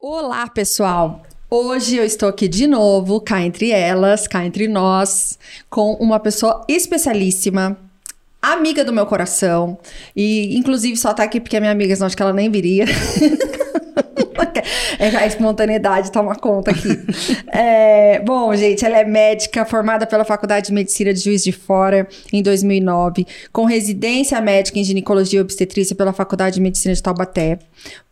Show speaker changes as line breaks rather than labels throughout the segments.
Olá, pessoal! Hoje eu estou aqui de novo, cá entre elas, cá entre nós, com uma pessoa especialíssima, amiga do meu coração, e inclusive só tá aqui porque é minha amiga, senão acho que ela nem viria. É, a espontaneidade toma conta aqui. É, bom, gente, ela é médica, formada pela Faculdade de Medicina de Juiz de Fora em 2009, com residência médica em ginecologia e obstetrícia pela Faculdade de Medicina de Taubaté,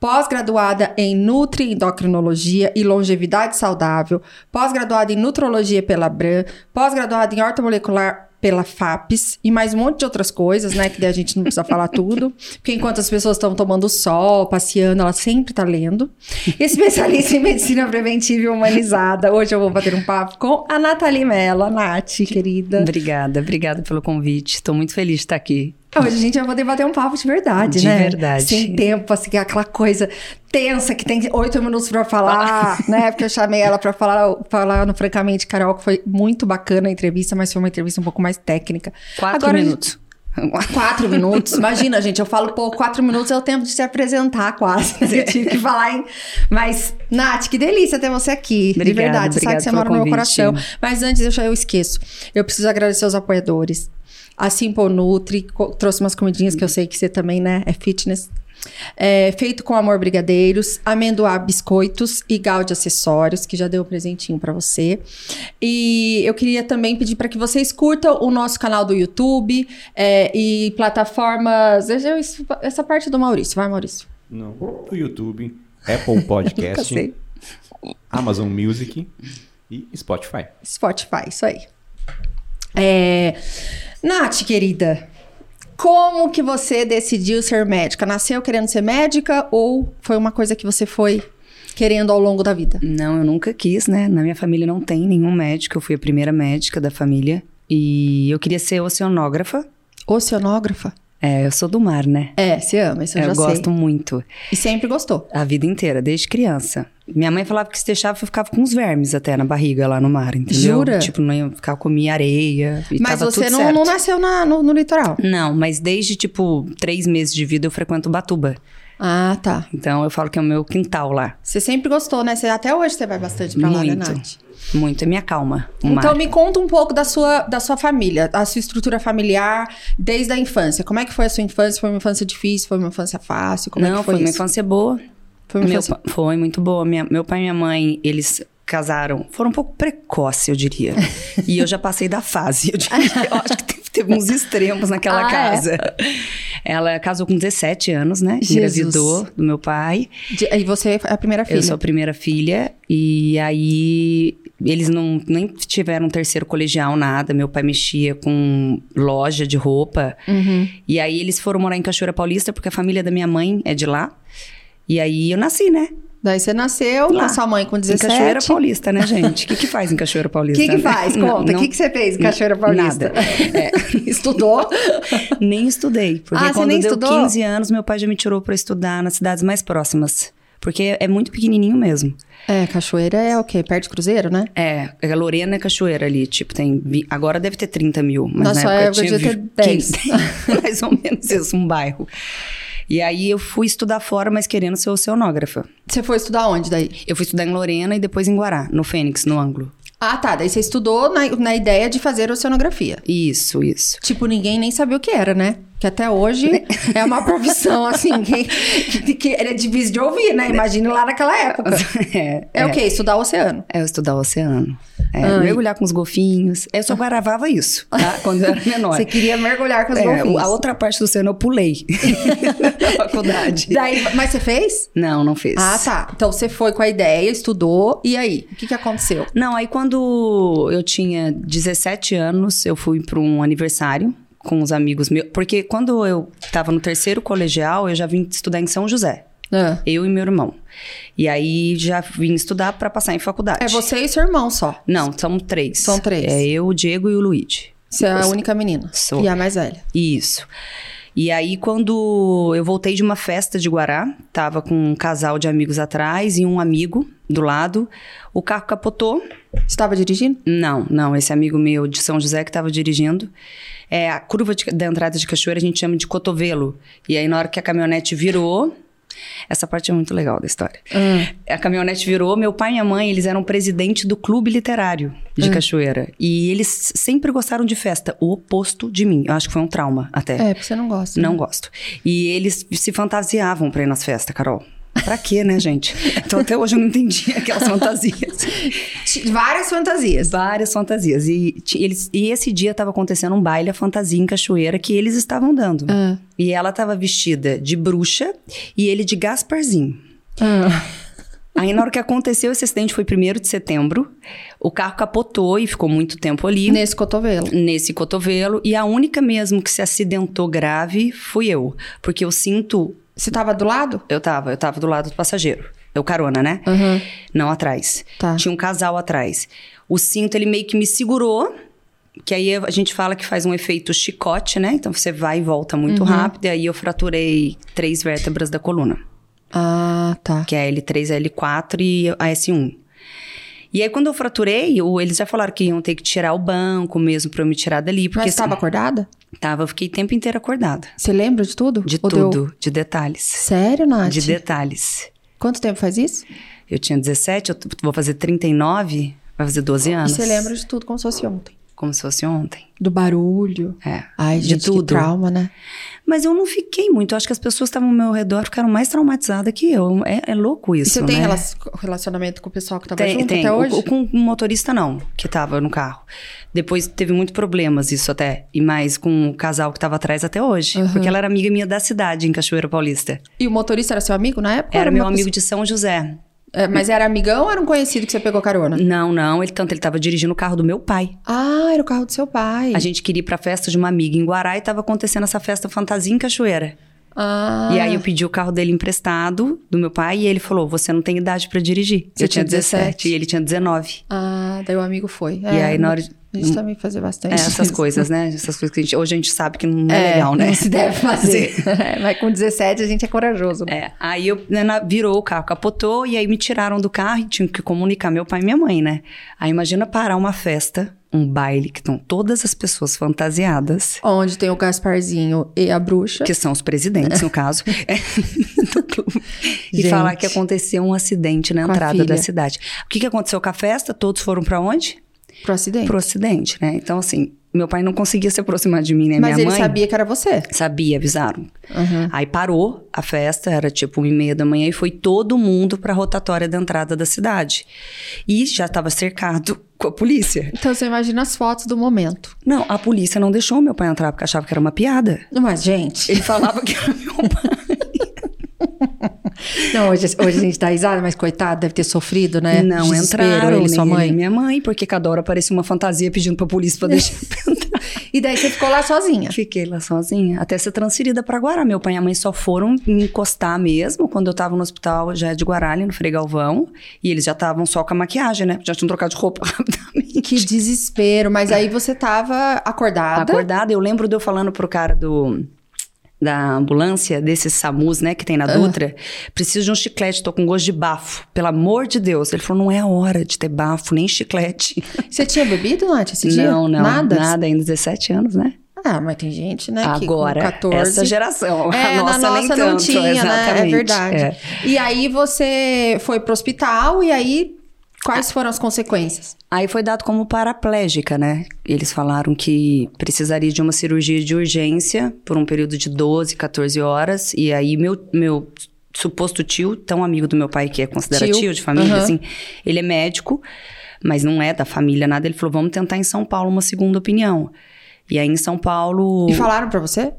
pós-graduada em nutri endocrinologia e longevidade saudável, pós-graduada em nutrologia pela Bran, pós-graduada em ortomolecular pela FAPES e mais um monte de outras coisas, né? Que daí a gente não precisa falar tudo. Porque enquanto as pessoas estão tomando sol, passeando, ela sempre tá lendo. Especialista em medicina preventiva e humanizada. Hoje eu vou bater um papo com a Nathalie Mello, Nath, querida.
Obrigada, obrigada pelo convite. Estou muito feliz de estar aqui.
Hoje a gente vai poder bater um papo de verdade,
De
né?
verdade.
Sem tempo, assim, aquela coisa tensa que tem oito minutos pra falar,
Ah.
né? Porque eu chamei ela pra falar, falar no Francamente Carol, que foi muito bacana a entrevista, mas foi uma entrevista um pouco mais técnica.
Quatro
Agora a gente-
minutos.
Quatro minutos? Imagina, gente, eu falo, pô, quatro minutos é o tempo de se apresentar quase. né? Eu tive que falar, hein? Mas, Nath, que delícia ter você aqui. de
Obrigada,
verdade, você sabe
obrigada
que você
pelo
mora no meu
convite.
coração. Mas antes, deixa eu esqueço. Eu preciso agradecer os apoiadores. A Simple Nutri co- trouxe umas comidinhas que eu sei que você também, né? É fitness. É, feito com amor brigadeiros, amendoá biscoitos e gal de acessórios, que já deu um presentinho pra você. E eu queria também pedir pra que vocês curtam o nosso canal do YouTube é, e plataformas. eu- eu- isso- Essa parte do Maurício, vai, Maurício.
Não. O YouTube, Apple
Nunca
Podcast,
sei.
Amazon Music e Spotify.
Spotify, isso aí. É... Nath, querida, como que você decidiu ser médica? Nasceu querendo ser médica ou foi uma coisa que você foi querendo ao longo da vida?
Não, eu nunca quis, né? Na minha família não tem nenhum médico. Eu fui a primeira médica da família. E eu queria ser oceanógrafa.
Oceanógrafa?
É, eu sou do mar, né?
É, você ama, isso eu, já
eu gosto
sei.
muito.
E sempre gostou.
A vida inteira, desde criança. Minha mãe falava que se deixava, eu ficava com uns vermes até na barriga lá no mar, entendeu?
Jura?
Tipo, não ia ficar comia areia. E
Mas
tava
você
tudo
não,
certo.
não é- nasceu na- no, no litoral.
Não, mas desde, tipo, três meses de vida eu frequento Batuba.
Ah, tá.
Então eu falo que é o meu quintal lá.
Você sempre gostou, né? Você- até hoje você vai bastante pra lá, né,
Muito.
Nath?
Muito, é minha calma. o
Então
mar.
me conta um pouco da sua, da sua família, a sua estrutura familiar desde a infância. Como é que foi a sua infância? Foi uma infância difícil? Foi uma infância fácil? Como é
não,
que foi,
foi uma
isso?
infância boa.
Foi uma
Meu
infância-
pa- foi muito boa. Minha- meu pai e minha mãe, eles casaram. Foram um pouco precoce, eu diria. e eu já passei da fase. Eu, diria. Eu acho que teve, teve uns extremos naquela
Ah, é?
casa. Ela casou com 17 anos, né?
Jesus.
Engravidou do meu pai.
De- E você é a primeira filha?
Eu sou a primeira filha. E aí eles não nem tiveram terceiro colegial, nada. Meu pai mexia com loja de roupa.
Uhum.
E aí eles foram morar em Cachoeira Paulista, porque a família da minha mãe é de lá. E aí eu nasci, né?
Daí você nasceu
Lá.
com sua mãe com 17.
Em Cachoeira Paulista, né, gente? O que, que faz em Cachoeira
O
Paulista?
que que
né?
faz?
Não,
Conta, o
não-
que que você fez em Cachoeira Paulista?
Nada. É,
Estudou?
nem estudei, porque
Ah, você
quando
nem
deu
estudou?
15 anos, meu pai já me tirou pra estudar nas cidades mais próximas. Porque é muito pequenininho mesmo.
É, Cachoeira é o quê? Perto de Cruzeiro, né?
É, a Lorena é cachoeira ali, tipo, tem. vi- Agora deve ter 30 mil, mas
Na
na
sua
época,
época
tinha
devia
vi-
é, ter 10.
15, mais ou menos isso, um bairro. E aí eu fui estudar fora, mas querendo ser oceanógrafa.
Você foi estudar onde daí?
Eu fui estudar em Lorena e depois em Guará, no Fênix, no ângulo.
Ah, tá. Daí você estudou na, na ideia de fazer oceanografia.
Isso, isso.
Tipo, ninguém nem sabia o que era, né? Que até hoje é uma profissão, assim, que, que, que era difícil de ouvir, né? Imagine lá naquela época.
é,
É, o quê? Estudar o oceano.
É, eu estudar o oceano. É, mergulhar com os golfinhos. Eu só gravava isso, tá? Quando eu era menor.
Você queria mergulhar com as
É,
golfinhos.
a outra parte do oceano eu pulei na faculdade.
Daí, mas você fez?
Não, não fez.
Ah, tá. Então você foi com a ideia, estudou, e aí? O que, que aconteceu?
Não, aí quando eu tinha 17 anos, eu fui para um aniversário com os amigos meus. Porque quando eu estava no terceiro colegial, eu já vim estudar em São José.
Ah,
Eu e meu irmão. E aí já vim estudar para passar em faculdade.
É você e seu irmão só.
Não, são três.
São três.
É eu, o Diego e o Luigi.
Você é a única menina.
Sou.
E a mais velha.
Isso. E aí, quando eu voltei de uma festa de Guará, tava com um casal de amigos atrás e um amigo do lado, o carro capotou.
Você estava dirigindo?
Não, não, esse amigo meu de São José que tava dirigindo. É, a curva de- da entrada de cachoeira a gente chama de cotovelo. E aí, na hora que a caminhonete virou, Essa parte é muito legal da história. A caminhonete virou, meu pai e minha mãe, eles eram presidente do clube literário de Cachoeira. E eles sempre gostaram de festa, o oposto de mim. Eu acho que foi um trauma até.
É, porque você não gosta.
Não gosto. E eles se fantasiavam pra ir nas festas, Carol. Pra quê, né, gente? Então até hoje eu não entendi aquelas fantasias.
Ti- Várias fantasias.
Várias fantasias. E, ti- eles, e esse dia tava acontecendo um baile à fantasia em cachoeira que eles estavam dando.
Ah.
E ela tava vestida de bruxa e ele de Gasparzinho. Ah. Aí, na hora que aconteceu esse acidente, foi 1 de setembro. O carro capotou e ficou muito tempo ali
Nesse cotovelo.
nesse cotovelo e a única mesmo que se acidentou grave fui eu, porque eu sinto,
Você tava do lado?
eu tava, eu tava do lado do passageiro. Eu carona, né?
Uhum.
Não atrás.
Tá.
Tinha um casal atrás. O cinto ele meio que me segurou, que aí a gente fala que faz um efeito chicote, né? Então você vai e volta muito
Uhum.
rápido e aí eu fraturei três vértebras da coluna
Ah, tá.
que é a L3, a L4 e a S1. E aí, quando eu fraturei, o- eles já falaram que iam ter que tirar o banco mesmo pra eu me tirar dali. Porque
Mas estava
assim,
acordada?
tava, eu fiquei o tempo inteiro acordada.
Você lembra de tudo?
De
Ou deu-
tudo, de detalhes.
Sério, Nath?
De detalhes.
Quanto tempo faz isso?
Eu tinha 17, eu t- vou fazer 39, vai fazer 12
E
anos.
você lembra de tudo como se fosse ontem.
Como se fosse ontem.
Do barulho.
É.
Ai,
de
gente,
tudo.
que trauma, né?
Mas eu não fiquei muito. Eu acho que as pessoas que estavam ao meu redor ficaram mais traumatizadas que eu. É, é louco
E
isso.
você tem
né?
rela- relacionamento com o pessoal que tava
Tem,
junto
tem.
até
O-
hoje?
o- com o motorista, não, que tava no carro. Depois teve muitos problemas isso até. E mais com o casal que tava atrás até hoje. Porque ela era amiga minha da cidade, em Cachoeira Paulista.
E o motorista era seu amigo na época? ou
Era meu
uma
amigo de São José.
pessoa- É, mas era amigão ou era um conhecido que você pegou carona?
Não, não, ele tanto ele tava dirigindo o carro do meu pai.
Ah, era o carro do seu pai.
A gente queria ir pra festa de uma amiga em Guará e tava acontecendo essa festa fantasia em Cachoeira.
Ah.
E aí eu pedi o carro dele emprestado do meu pai e ele falou: "Você não tem idade pra dirigir".
Você
eu tinha
tinha 17.
17 e ele tinha 19.
Ah, daí o amigo foi. É,
E aí, na hora de-
A gente também fazia bastante.
É, essas
isso.
coisas, né? Essas coisas que a gente, hoje a gente sabe que não é,
É,
legal, né?
Não se deve fazer. É, mas com 17 a gente é corajoso. né?
É, aí eu, né, na- virou o carro, capotou, e aí me tiraram do carro e tinha que comunicar meu pai e minha mãe, né? Aí imagina parar uma festa, um baile, que estão todas as pessoas fantasiadas,
Onde tem o Gasparzinho e a bruxa.
que são os presidentes, no caso, é, do clube, e
Gente.
falar que aconteceu um acidente na
Com a
entrada da
filha.
cidade. O que, que aconteceu com a festa? Todos foram pra onde?
Pro acidente.
Pro acidente, né? Então, assim, meu pai não conseguia se aproximar de mim, né?
Mas
minha
ele
mãe...
sabia que era você.
Sabia, avisaram.
Uhum.
Aí parou a festa, era tipo uma e meia da manhã, e foi todo mundo pra rotatória da entrada da cidade. E já estava cercado com a polícia.
Então você imagina as fotos do momento.
Não, a polícia não deixou meu pai entrar, porque achava que era uma piada.
Mas, gente.
Ele falava que era meu pai.
Não, hoje, hoje a gente tá risada, mas coitado, deve ter sofrido, né?
Não
Desespero,
entraram,
ele e
nem
sua
ele,
mãe.
nem minha mãe, porque cada hora aparecia uma fantasia pedindo pra polícia pra deixar eu entrar.
E daí você ficou lá sozinha.
Fiquei lá sozinha, até ser transferida pra Guará. Meu pai e a mãe só foram me encostar mesmo quando eu tava no hospital já é de Guaralha, no Frei Galvão. E eles já estavam só com a maquiagem, né? Já tinham trocado de roupa rapidamente.
Que desespero. Mas aí você tava acordada.
Acordada, eu lembro de eu falando pro cara do. Da ambulância, desses SAMUs, né, que tem na
Ah.
Dutra, preciso de um chiclete, tô com gosto de bafo. Pelo amor de Deus. Ele falou: não é a hora de ter bafo, nem chiclete.
Você tinha bebido, Nath, esse dia?
não, não.
Nada?
Nada, ainda 17 anos, né?
Ah, mas tem gente, né? que com
Agora,
14...
essa geração.
É,
a nossa,
na nossa
nem
não
tanto,
tinha, né? É
exatamente.
verdade.
É.
E aí você foi pro hospital e aí quais foram as consequências?
Aí foi dado como paraplégica, né? Eles falaram que precisaria de uma cirurgia de urgência por um período de 12, 14 horas. E aí, meu, meu suposto tio, tão amigo do meu pai, que é considerado
Tio.
tio, de família,
Aham.
assim, ele é médico, mas não é da família nada. Ele falou: vamos tentar em São Paulo uma segunda opinião. E aí, em São Paulo.
E falaram pra você?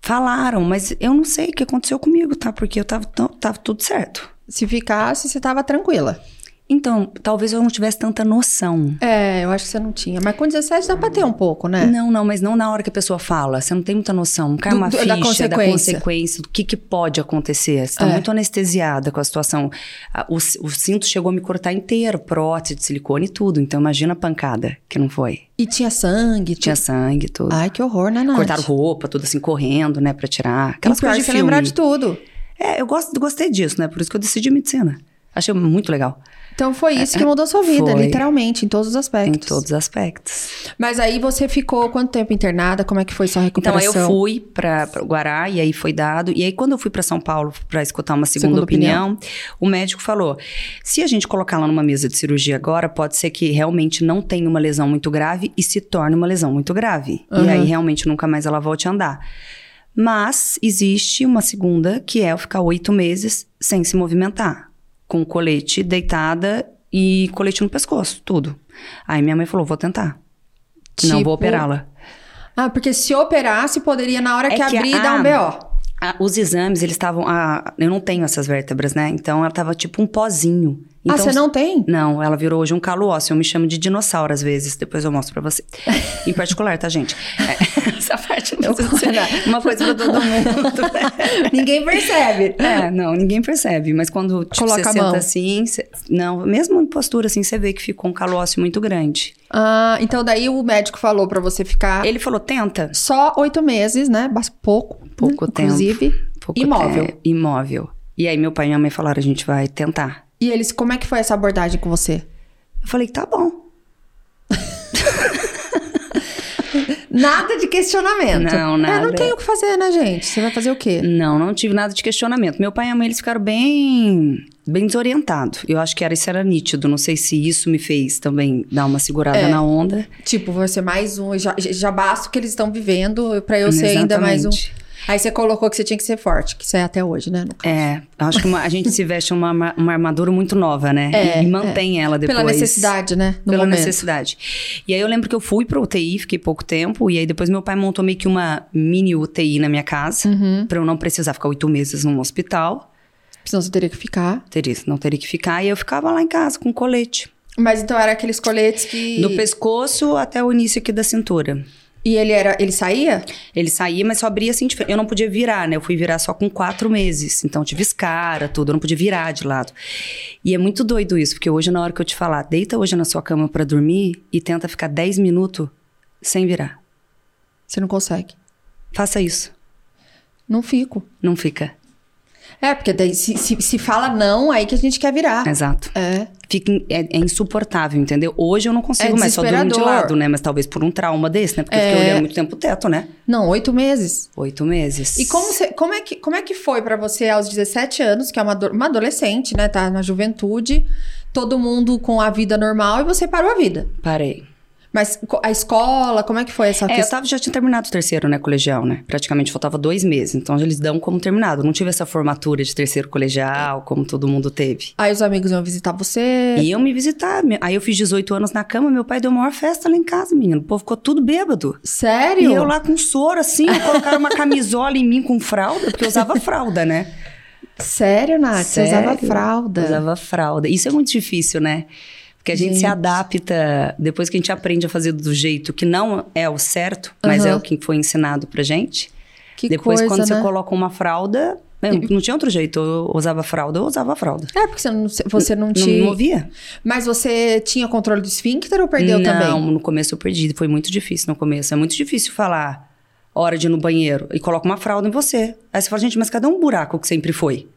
Falaram, mas eu não sei o que aconteceu comigo, tá? Porque eu tava, tão- tava tudo certo.
Se ficasse, você tava tranquila.
Então, talvez eu não tivesse tanta noção.
É, eu acho que você não tinha. Mas com 17 dá pra ter um pouco, né?
Não, não, mas não na hora que a pessoa fala. Você não tem muita noção. Cai
Do-
uma
do- é da
ficha da consequência.
consequência.
do que, que pode acontecer. Você tá
É.
muito anestesiada com a situação. Ah, O, c- o cinto chegou a me cortar inteiro, prótese de silicone e tudo. Então imagina a pancada, que não foi.
E tinha sangue.
Tinha
Tinha...
sangue, tudo.
Ai, que horror, né, Nath?
Cortaram roupa, tudo assim, correndo, né, pra tirar.
E pior
Aquelas coisas de
que você
filme.
lembrar de tudo.
É, eu gosto, gostei disso, né? Por isso que eu decidi medicina. Achei muito legal.
Então foi isso que mudou sua vida,
É, Foi.
literalmente, em todos os
Em
aspectos.
todos os aspectos.
Mas aí você ficou quanto tempo internada? Como é que foi sua
Então, aí
recuperação?
eu fui pra, pra Guará e aí foi dado. E aí, quando eu fui pra São Paulo pra escutar uma segunda,
Segunda opinião.
opinião, o médico falou: se a gente colocar ela numa mesa de cirurgia agora, pode ser que realmente não tenha uma lesão muito grave e se torne uma lesão muito grave. E aí, realmente, nunca mais ela volte a andar. Mas existe uma segunda, que é eu ficar oito meses sem se movimentar, com colete deitada e colete no pescoço, tudo. Aí minha mãe falou: vou tentar. Não
Tipo,
vou operá-la.
Ah, porque se operasse, poderia, na hora
É
que,
que
abrir,
a-
dar um BO.
Ah, os exames, eles estavam. ah, eu não tenho essas vértebras, né? Então ela tava tipo um pozinho. Então,
ah, você não tem?
Não, ela virou hoje um calo ósseo. Eu me chamo de dinossauro às vezes. Depois eu mostro pra você. Em particular, tá, gente? É, essa parte não precisa ser uma coisa pra todo mundo.
Ninguém percebe.
É, não, ninguém percebe. Mas quando tipo,
Coloca
você
a
senta
mão.
assim, você- não, mesmo em postura assim, você vê que ficou um calo ósseo muito grande.
Ah, então daí o médico falou pra você ficar
Ele falou, tenta.
só oito meses, né? Bas- Pouco.
Pouco
né?
tempo.
Inclusive.
Pouco
Imóvel.
tempo. imóvel. E aí meu pai e minha mãe falaram, a gente vai tentar.
E eles, como é que foi essa abordagem com você?
Eu falei, tá bom.
Nada de questionamento.
Não,
É, não
nada.
tem o que fazer, né, gente? Você vai fazer o quê?
Não, não tive nada de questionamento. Meu pai e a mãe, eles ficaram bem, bem desorientados. Eu acho que era, isso era nítido. Não sei se isso me fez também dar uma segurada
É.
na onda.
Tipo, você mais um, já, já basta o que eles estão vivendo pra eu ser ainda mais um.
Exatamente.
Aí você colocou que você tinha que ser forte, que você é até hoje, né? no caso.
É, eu acho que uma- a gente se veste uma, arma- uma armadura muito nova, né?
É,
e mantém ela depois.
Pela necessidade, né? No
pela
momento.
necessidade. E aí eu lembro que eu fui pra UTI, fiquei pouco tempo, e aí depois meu pai montou meio que uma mini UTI na minha casa,
Uhum.
pra eu não precisar ficar oito meses num hospital.
Senão você teria que ficar.
Teria, não teria que ficar, e eu ficava lá em casa com colete.
Mas então era aqueles coletes que.
Do pescoço até o início aqui da cintura.
E ele era. Ele saía?
Ele saía, mas só abria assim, de frente. eu não podia virar, né? Eu fui virar só com quatro meses, então tive escara, tudo, eu não podia virar de lado. E é muito doido isso, porque hoje na hora que eu te falar, deita hoje na sua cama pra dormir e tenta ficar 10 minutos sem virar.
Você não consegue.
Faça isso,
Não fico.
não fica.
É, porque daí se, se, se fala não, aí que a gente quer virar.
Exato.
É.
Fica, in- é, é insuportável, entendeu? Hoje eu não consigo mais, só durmo de
desesperador.
lado, né? Mas talvez por um trauma desse, né? Porque eu
É.
fiquei olhando muito tempo o teto, né?
Não, oito meses.
Oito meses.
E como, você- como, é que, como é que foi pra você aos 17 anos, que é uma, ado- uma adolescente, né? Tá na juventude, todo mundo com a vida normal e você parou a vida.
Parei.
É. Mas co- a escola, como é que foi essa
É, eu
questão?
tava, já tinha terminado o terceiro, né, colegial, né? Praticamente faltava dois meses. Então eles dão como terminado. Não tive essa formatura de terceiro colegial, como todo mundo teve.
Aí os amigos iam visitar você.
E eu me visitar. me- Aí eu fiz 18 anos na cama, meu pai deu a maior festa lá em casa, menino. O povo ficou tudo bêbado.
Sério?
E eu lá com soro, assim, colocaram uma camisola em mim com fralda, porque eu usava fralda, né?
Sério, Nath? Ah, Você usava
Sério?
fralda.
Usava fralda. Isso é muito difícil, né? Porque a gente, se
Gente.
adapta, depois que a gente aprende a fazer do jeito que não é o certo, mas é
Aham.
o que foi ensinado pra gente.
Que
Depois,
coisa,
quando você
né?
coloca uma fralda, eu não- não tinha outro jeito. Eu usava fralda, eu usava fralda.
É, porque você não, você não
Não
te...
me movia.
Mas você tinha controle do esfíncter ou perdeu
não,
também?
no começo eu perdi. Foi muito difícil no começo. É muito difícil falar hora de ir no banheiro e coloca uma fralda em você. Aí você fala, gente, mas cadê um buraco que sempre foi?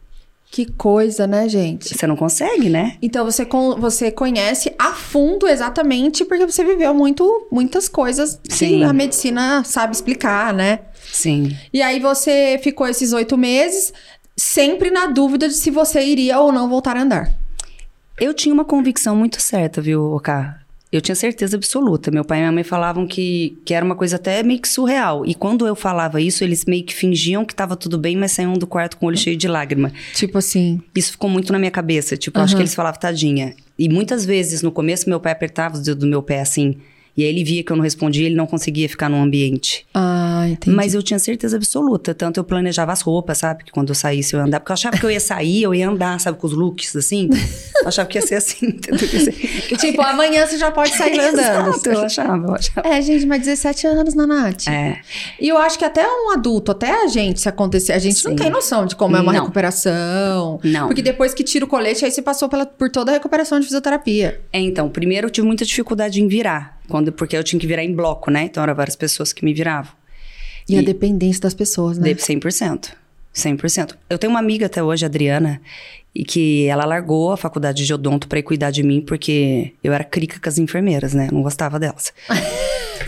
Que coisa, né, gente?
Você não consegue, né?
Então você, con- você conhece a fundo exatamente porque você viveu muito, muitas coisas que
Sim.
a medicina sabe explicar, né?
Sim.
E aí você ficou esses oito meses sempre na dúvida de se você iria ou não voltar a andar.
Eu tinha uma convicção muito certa, viu, Oká? Eu tinha certeza absoluta. Meu pai e minha mãe falavam que, que era uma coisa até meio que surreal. E quando eu falava isso, eles meio que fingiam que tava tudo bem, mas saíam do quarto com o olho cheio de lágrima.
Tipo assim,
Isso ficou muito na minha cabeça. Tipo, eu acho
Aham.
que eles falavam, tadinha. E muitas vezes, no começo, meu pai apertava os dedos do meu pé assim. E aí ele via que eu não respondia, ele não conseguia ficar no ambiente.
ah, entendi.
Mas eu tinha certeza absoluta. Tanto eu planejava as roupas, sabe? Que quando eu saísse eu ia andar. Porque eu achava que eu ia sair, eu ia andar, sabe? Com os looks assim. Eu achava que ia ser assim. entendeu? Que ia ser-
Tipo, amanhã você já pode sair andando.
Exato, eu achava, eu achava.
É, gente, mas 17 anos, na Nath.
É.
E eu acho que até um adulto, até a gente, se acontecer, a gente não
Sim.
tem noção de como é uma
Não.
recuperação.
Não.
Porque depois que tira o colete, aí você passou pela, por toda a recuperação de fisioterapia.
É, então, primeiro eu tive muita dificuldade em virar. Quando, porque eu tinha que virar em bloco, né? Então, eram várias pessoas que me viravam.
E, a
E-
dependência das pessoas, né?
De 100%. 100%. Eu tenho uma amiga até hoje, a Adriana, E que ela largou a faculdade de odonto pra ir cuidar de mim, porque eu era crica com as enfermeiras, né? Não gostava delas.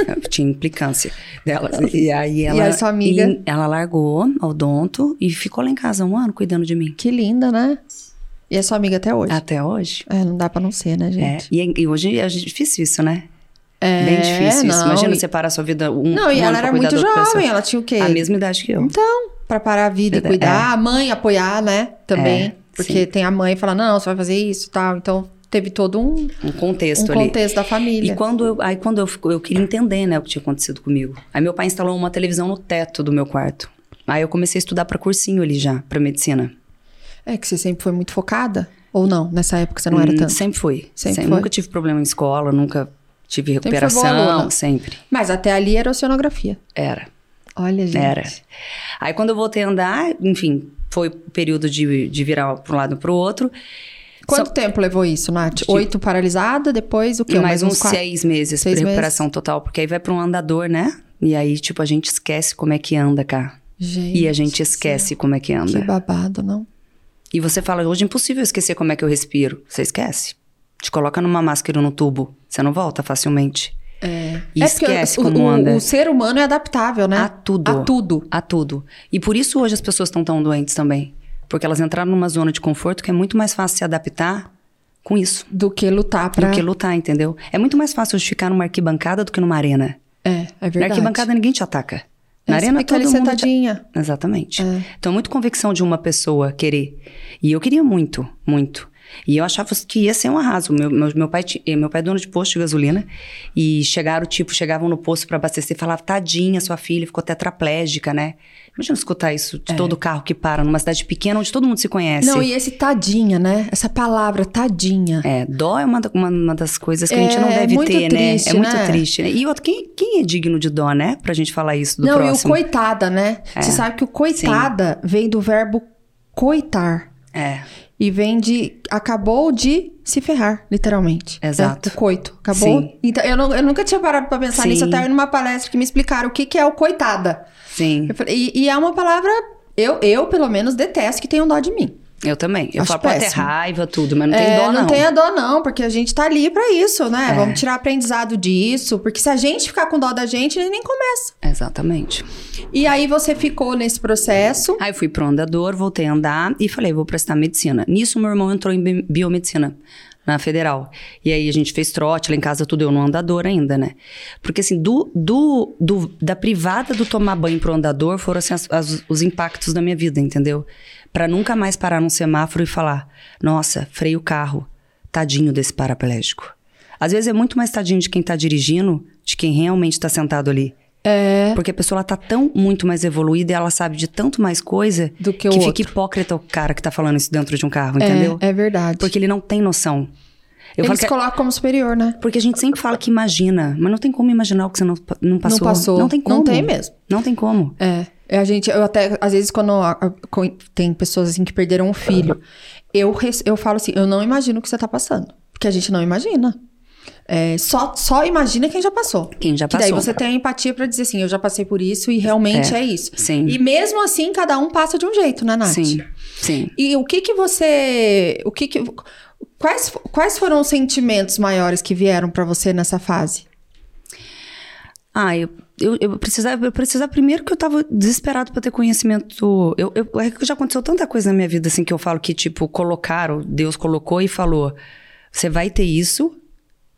Eu tinha implicância delas. E aí ela.
aí sua amiga?
e ela largou a odonto e ficou lá em casa um ano cuidando de mim.
Que linda, né? E é sua amiga até hoje.
Até hoje.
É, não dá pra não ser, né,
É,
gente?
e, e hoje é difícil isso, né? É, Bem difícil isso.
não,
Imagina
e-
separar sua vida um
Não, e
um ano
ela
pra
era
cuidar
muito
da outra
jovem,
pessoa.
ela tinha o quê?
A mesma idade que É, eu.
Então, pra parar a vida e
Verdade,
cuidar, a mãe apoiar, né? Também.
É,
porque tem a mãe falando, não, você vai fazer isso e tal. Então, teve todo um,
um contexto
um
ali.
contexto da
E
família.
quando eu, aí quando eu, fico- eu queria entender, né, o que tinha acontecido comigo. Aí meu pai instalou uma televisão no teto do meu quarto. Aí eu comecei a estudar pra cursinho ali já, pra medicina.
É que você sempre foi muito focada? Ou não? Nessa época você não era
Hum,
tanto?
Sempre fui.
Sempre foi?
Nunca tive problema em escola, nunca tive
foi boa
recuperação,
aluna.
sempre.
Mas até ali era oceanografia.
Era.
Olha, gente.
Era. Aí quando eu voltei a andar, enfim, foi o período de, de virar pra um lado e pro outro.
Quanto tempo levou isso, Nath? Oito paralisada, depois o quê?
Só, mais uns
é, quatro?
seis meses
Seis
pra
meses.
recuperação total, porque aí vai pra um andador, né? E aí, tipo, a gente esquece como é que anda, cá.
Gente,
E a gente esquece como é que
Que
anda.
babado, não?
E você fala, hoje é impossível esquecer como é que eu respiro. Você esquece. Te coloca numa máscara ou no tubo. Você não volta facilmente.
É.
E
porque
esquece
o,
como
o-
anda.
o ser humano é adaptável, né?
A tudo.
A tudo.
A tudo. E por isso hoje as pessoas estão tão doentes também. Porque elas entraram numa zona de conforto que é muito mais fácil se adaptar com isso.
Do que lutar pra...
Do que lutar, entendeu? É muito mais fácil de ficar numa arquibancada do que numa arena.
É, é
Na
verdade.
arquibancada ninguém te ataca. Na
É,
arena
você fica
todo
ali
mundo te-
sentadinha.
Exatamente.
É.
Então, é muito convicção de uma pessoa querer. E eu queria muito, muito. E eu achava que ia ser um arraso. Meu, meu, meu pai, ti- eh, meu pai é dono de posto de gasolina. E chegaram, tipo, chegavam no posto pra abastecer e falavam, tadinha, sua filha ficou tetraplégica, né? Imagina escutar isso de todo carro que para numa cidade pequena onde todo mundo se conhece.
É. Não, e esse tadinha, né? Essa palavra, tadinha.
É, dó é uma, da- uma, uma das coisas que a gente
É,
não
é
deve
muito
ter,
triste,
né? É muito
né?
triste, né? E outro, quem, quem é digno de dó, né? Pra gente falar isso do
não,
próximo. É.
e o coitada, né? Você sabe que o coitada vem do verbo coitar.
É,
E vem de. Acabou de se ferrar, literalmente.
Exato.
Né? O coito. Acabou.
Sim.
Então, eu, não- eu nunca tinha parado pra pensar
Sim.
nisso, até numa palestra que me explicaram o que, que é o coitada.
sim.
Eu falei- e, e é uma palavra. Eu, eu, pelo menos, detesto que tenham dó de mim.
Eu também. Eu
Acho
falo, pode ter
péssimo.
raiva, tudo, mas não tem
É,
dó, não. É.
Não tenha dó, não, porque a gente tá ali pra isso, né? Vamos tirar aprendizado disso. Porque se a gente ficar com dó da gente, ele nem começa.
Exatamente.
E aí você ficou nesse processo.
Aí eu fui pro andador, voltei a andar e falei, vou prestar medicina. Nisso, meu irmão entrou em bi- biomedicina. Na federal. E aí a gente fez trote lá em casa, tudo eu no andador ainda, né? Porque assim, do, do, do- da privada do tomar banho pro andador foram assim, as- as- os impactos da minha vida, entendeu? Pra nunca mais parar num semáforo e falar: nossa, freio o carro, tadinho desse paraplégico. Às vezes é muito mais tadinho de quem tá dirigindo, de quem realmente tá sentado ali.
É.
Porque a pessoa ela tá tão muito mais evoluída e ela sabe de tanto mais coisa
Do que o
fica
outro.
hipócrita o cara que tá falando isso dentro de um carro,
É,
entendeu?
É, verdade.
Porque ele não tem noção. Eu
Eles
falo que- é
colocam como superior, né?
porque a gente sempre fala que imagina, mas não tem como imaginar o que você não, não passou.
passou.
Não tem
Não
como.
tem mesmo.
Não tem como.
É. É, A gente, eu até, às vezes, quando a- a- co- tem pessoas assim que perderam um filho, eu, res- eu falo assim, eu não imagino o que você tá passando. Porque a gente não imagina. É, só, só imagina quem já passou.
Quem já
Que daí
passou.
você tem a empatia pra dizer assim, eu já passei por isso e realmente é,
É,
isso.
sim.
E mesmo assim, cada um passa de um jeito, né, Nath?
Sim, sim.
E o que que você... O que que... Quais, quais foram os sentimentos maiores que vieram pra você nessa fase?
Ah, eu, eu, eu precisava, eu precisava primeiro que eu tava desesperado pra ter conhecimento. Eu, eu, é que já aconteceu tanta coisa na minha vida, assim, que eu falo que, tipo, colocaram, Deus colocou e falou: você vai ter isso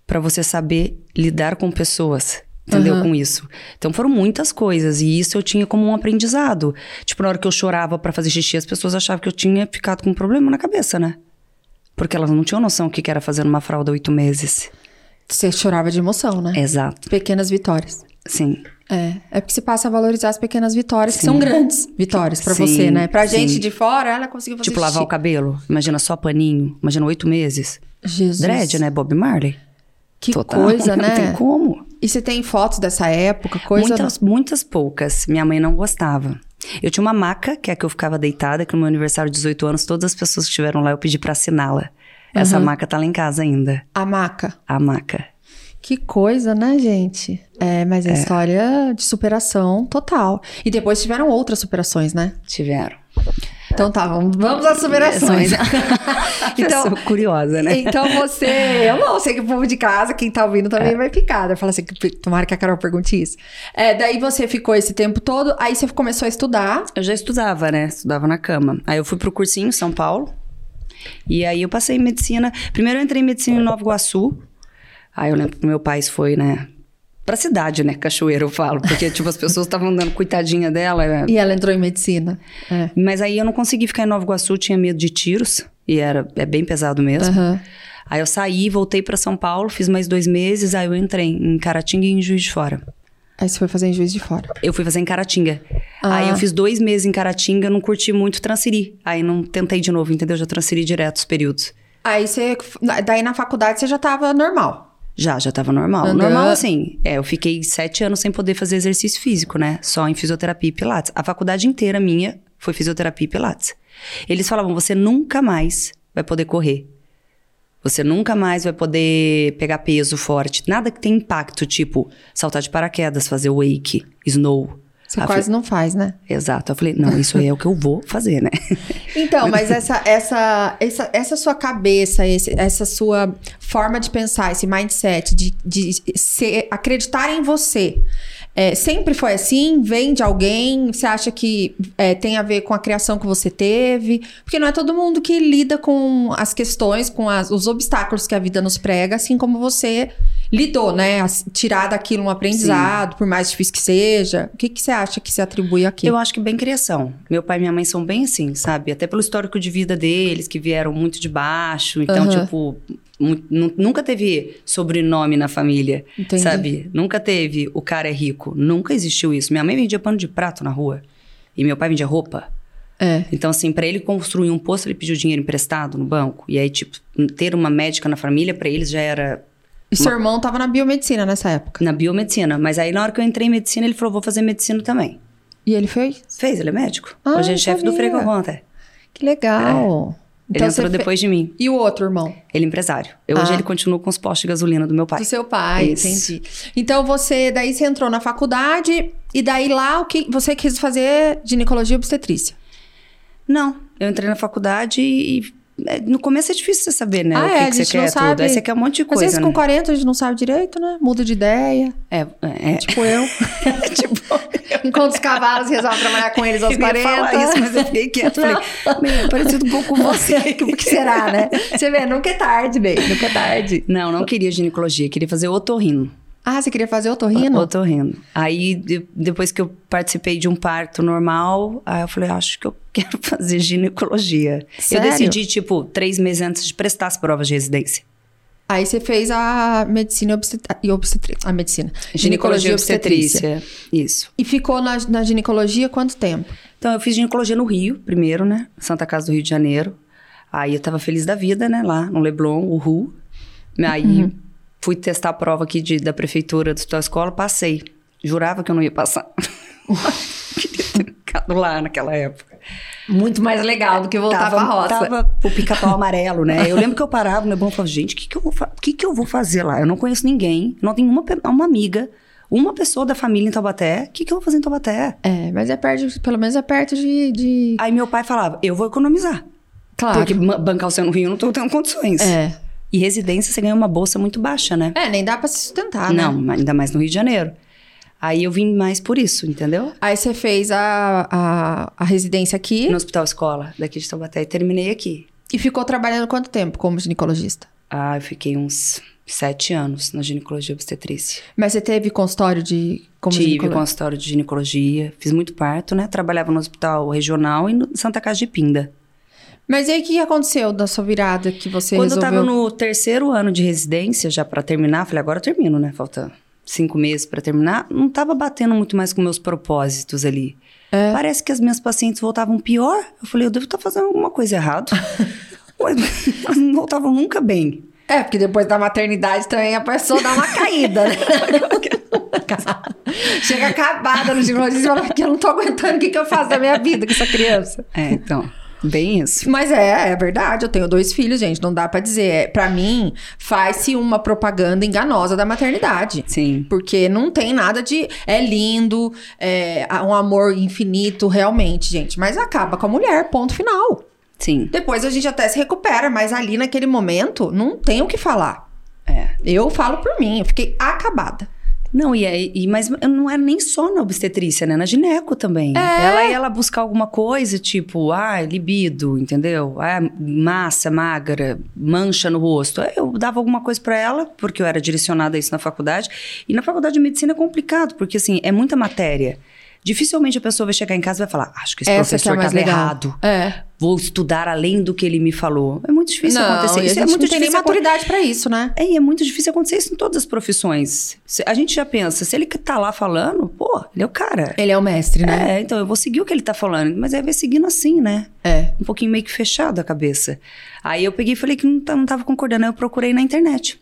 pra você saber lidar com pessoas. Entendeu? Com isso. Então foram muitas coisas. E isso eu tinha como um aprendizado. Tipo, na hora que eu chorava pra fazer xixi, as pessoas achavam que eu tinha ficado com um problema na cabeça, né? Porque elas não tinham noção o que que era fazer uma fralda oito meses.
Você chorava de emoção, né?
Exato.
Pequenas vitórias.
Sim.
É, é porque você passa a valorizar as pequenas vitórias, que são grandes vitórias pra
Sim,
você, né? Pra
sim.
gente de fora, ela conseguiu fazer
Tipo, lavar o
xixi.
cabelo. Imagina só paninho. Imagina oito meses.
Jesus.
Dread, né? Bob Marley.
Que
Total.
coisa,
Não tem
né?
como.
E você tem fotos dessa época, coisa...
muitas, muitas poucas. Minha mãe não gostava. Eu tinha uma maca, que é a que eu ficava deitada, que no meu aniversário de 18 anos, todas as pessoas que estiveram lá, eu pedi pra assiná-la. Essa
Uhum.
maca tá lá em casa ainda.
A maca.
A maca.
Que coisa, né, gente? É, mas é história de superação total. E depois tiveram outras superações, né?
Tiveram.
Então tá, vamos, vamos às superações.
Então, eu sou curiosa, né?
Então você, eu não sei que o povo de casa, quem tá ouvindo também vai ficar. Vai falar assim, que- tomara que a Carol pergunte isso. É, daí você ficou esse tempo todo, aí você começou a estudar.
Eu já estudava, né? Estudava na cama. Aí eu fui pro cursinho em São Paulo. E aí eu passei em medicina. Primeiro eu entrei em medicina em Nova Iguaçu. Aí eu lembro que meu pai foi, né? Pra cidade, né? Cachoeira, eu falo. Porque, tipo, as pessoas estavam dando coitadinha dela. é,
E ela entrou em medicina. É.
Mas aí eu não consegui ficar em Nova Iguaçu, tinha medo de tiros. E era, é bem pesado mesmo.
Aham.
Aí eu saí, voltei pra São Paulo, fiz mais dois meses. Aí eu entrei em Caratinga e em Juiz de Fora.
Aí você foi fazer em Juiz de Fora.
Eu fui fazer em Caratinga.
Ah.
Aí eu fiz dois meses em Caratinga, não curti muito, transferi. Aí não tentei de novo, entendeu? Já transferi direto os períodos.
Aí você, daí na faculdade você já tava normal.
Já, já tava normal.
Aham.
Normal assim. É, eu fiquei sete anos sem poder fazer exercício físico, né? Só em fisioterapia e pilates. A faculdade inteira minha foi fisioterapia e pilates. Eles falavam, você nunca mais vai poder correr. Você nunca mais vai poder pegar peso forte. Nada que tenha impacto, tipo saltar de paraquedas, fazer wake, snow.
Você
Ah,
quase não faz, né?
Exato. Eu falei, não, isso aí é o que eu vou fazer, né?
Então, mas essa, essa, essa, essa sua cabeça, esse- essa sua forma de pensar, esse mindset de, de ser- acreditar em você, é, sempre foi assim? Vem de alguém? Você acha que é, tem a ver com a criação que você teve? Porque não é todo mundo que lida com as questões, com as- os obstáculos que a vida nos prega, assim como você lidou, né? As- Tirar daquilo um aprendizado, por mais difícil que seja. O que, que você acha que se atribui aqui?
Eu acho que bem criação. Meu pai e minha mãe são bem assim, sabe? Até pelo histórico de vida deles, que vieram muito de baixo. Então,
Aham.
tipo, mu- nu- nunca teve sobrenome na família,
Entendi.
sabe? Nunca teve o cara é rico. Nunca existiu isso. Minha mãe vendia pano de prato na rua. E meu pai vendia roupa.
É.
Então, assim, pra ele construir um posto, ele pediu dinheiro emprestado no banco. E aí, tipo, ter uma médica na família, pra eles já era
E seu irmão tava na biomedicina nessa época?
na biomedicina. Mas aí, na hora que eu entrei em medicina, ele falou: vou fazer medicina também.
E ele fez?
Fez, ele é médico.
Ah,
Hoje
não
é chefe do
sabia.
Freio Conta.
Que legal.
É.
Então
Ele
você
entrou
fe-
depois de mim.
E o outro irmão?
Ele é empresário. Eu, Hoje
Ah.
ele continua com os postos de gasolina do meu pai.
Do seu pai,
Isso.
entendi. Então você, daí você entrou na faculdade e daí lá o que você quis fazer ginecologia e obstetrícia.
Não, eu entrei na faculdade e... é, No começo é difícil você saber, né?
Ah,
o que,
é, a
que você
gente não
quer, tudo.
sabe.
Aí você quer um monte de
Às
coisa,
vezes
né?
com 40 a gente não sabe direito, né? Muda de ideia.
É, é, é.
Tipo eu. tipo, enquanto os cavalos resolvem trabalhar com eles aos
Eu ia
40.
falar isso, mas eu fiquei quieta. Falei, meio parecido um pouco com você.
O É, que será, né? Você vê, nunca é tarde, bem, nunca é tarde.
Não, não queria ginecologia, queria fazer otorrino.
Ah, você queria fazer otorrino?
Otorrino. Aí, de- depois que eu participei de um parto normal, aí eu falei, "Ah, acho que eu quero fazer ginecologia.
Sério?
Eu decidi, tipo, três meses antes de prestar as provas de residência.
Aí você fez a medicina e obstetrícia. E obstetri- A medicina. Ginecologia e obstetrícia.
Isso.
E ficou na, na ginecologia quanto tempo?
Então, eu fiz ginecologia no Rio, primeiro, né? Santa Casa do Rio de Janeiro. Aí eu tava feliz da vida, né? Lá no Leblon, o Ru. Aí
Uhum.
fui testar a prova aqui de- da prefeitura da tua escola, passei. Jurava que eu não ia passar. Queria ter ficado lá naquela época.
Muito mais legal do que voltar pra roça.
Tava o pica-pau amarelo, né? Eu lembro que eu parava no Leblon e falava, gente, o que, que, eu vou fa- que, que eu vou fazer lá? Eu não conheço ninguém, não tenho uma, pe- uma amiga, uma pessoa da família em Taubaté. O que, que eu vou fazer em Taubaté?
É, mas é perto, pelo menos é perto de. de-
Aí meu pai falava, eu vou economizar.
Claro.
Porque ma- bancar o seu no Rio eu não tô tendo condições.
É.
E residência você ganha uma bolsa muito baixa, né?
É, nem dá pra se sustentar, né?
não, ma- ainda mais no Rio de Janeiro. Aí eu vim mais por isso, entendeu?
Aí você fez a, a, a residência aqui
No hospital escola daqui de Taubaté e terminei aqui.
e ficou trabalhando quanto tempo como ginecologista?
Ah, eu fiquei uns sete anos na ginecologia e obstetrícia.
Mas você teve consultório de. Como
Tive
ginecolo-
consultório de ginecologia, fiz muito parto, né? Trabalhava no hospital regional e no Santa Casa de Pinda.
Mas e aí o que aconteceu da sua virada que você
Quando
resolveu?
eu tava no terceiro ano de residência, já pra terminar, falei, agora eu termino, né? Falta cinco meses pra terminar. Não tava batendo muito mais com meus propósitos ali.
É.
Parece que as minhas pacientes voltavam pior. Eu falei, eu devo estar fazendo alguma coisa errada. Ué, Elas não voltavam nunca bem.
É, porque depois da maternidade também a pessoa dá uma caída, né? Chega acabada no ginecologista e fala que eu não tô aguentando o que, que eu faço da minha vida com essa criança.
É, então. Bem isso.
Mas é, é verdade. Eu tenho dois filhos, gente. Não dá pra dizer. É, Pra mim, faz-se uma propaganda enganosa da maternidade.
Sim.
Porque não tem nada de. É lindo, é um amor infinito, realmente, gente. Mas acaba com a mulher, ponto final.
Sim.
Depois a gente até se recupera, mas ali naquele momento, não tem o que falar.
É.
Eu falo por mim, eu fiquei acabada.
Não, e, aí- e mas eu não era nem só na obstetrícia, né? Na gineco também.
É.
Ela ia lá buscar alguma coisa, tipo, ah, libido, entendeu? Ah, massa, magra, mancha no rosto. Aí Eu dava alguma coisa pra ela, porque eu era direcionada a isso na faculdade. E na faculdade de medicina é complicado, porque assim, é muita matéria. Dificilmente a pessoa vai chegar em casa e vai falar, acho que esse
que é
professor
mais
estava
legal.
errado.
É.
Vou estudar além do que ele me falou. É muito difícil
não,
acontecer.
e a
Isso
gente
é muito
não tem nem
difícil acontecer.
maturidade pra isso, né?
É, e é muito difícil acontecer isso em todas as profissões. Se- A gente já pensa, se ele que tá lá falando, pô, ele é o cara.
Ele é o mestre, né?
É, então eu vou seguir o que ele tá falando, mas aí vai seguindo assim, né?
É.
Um pouquinho meio que fechado a cabeça. Aí eu peguei e falei que não, tá- não tava concordando, aí eu procurei na internet.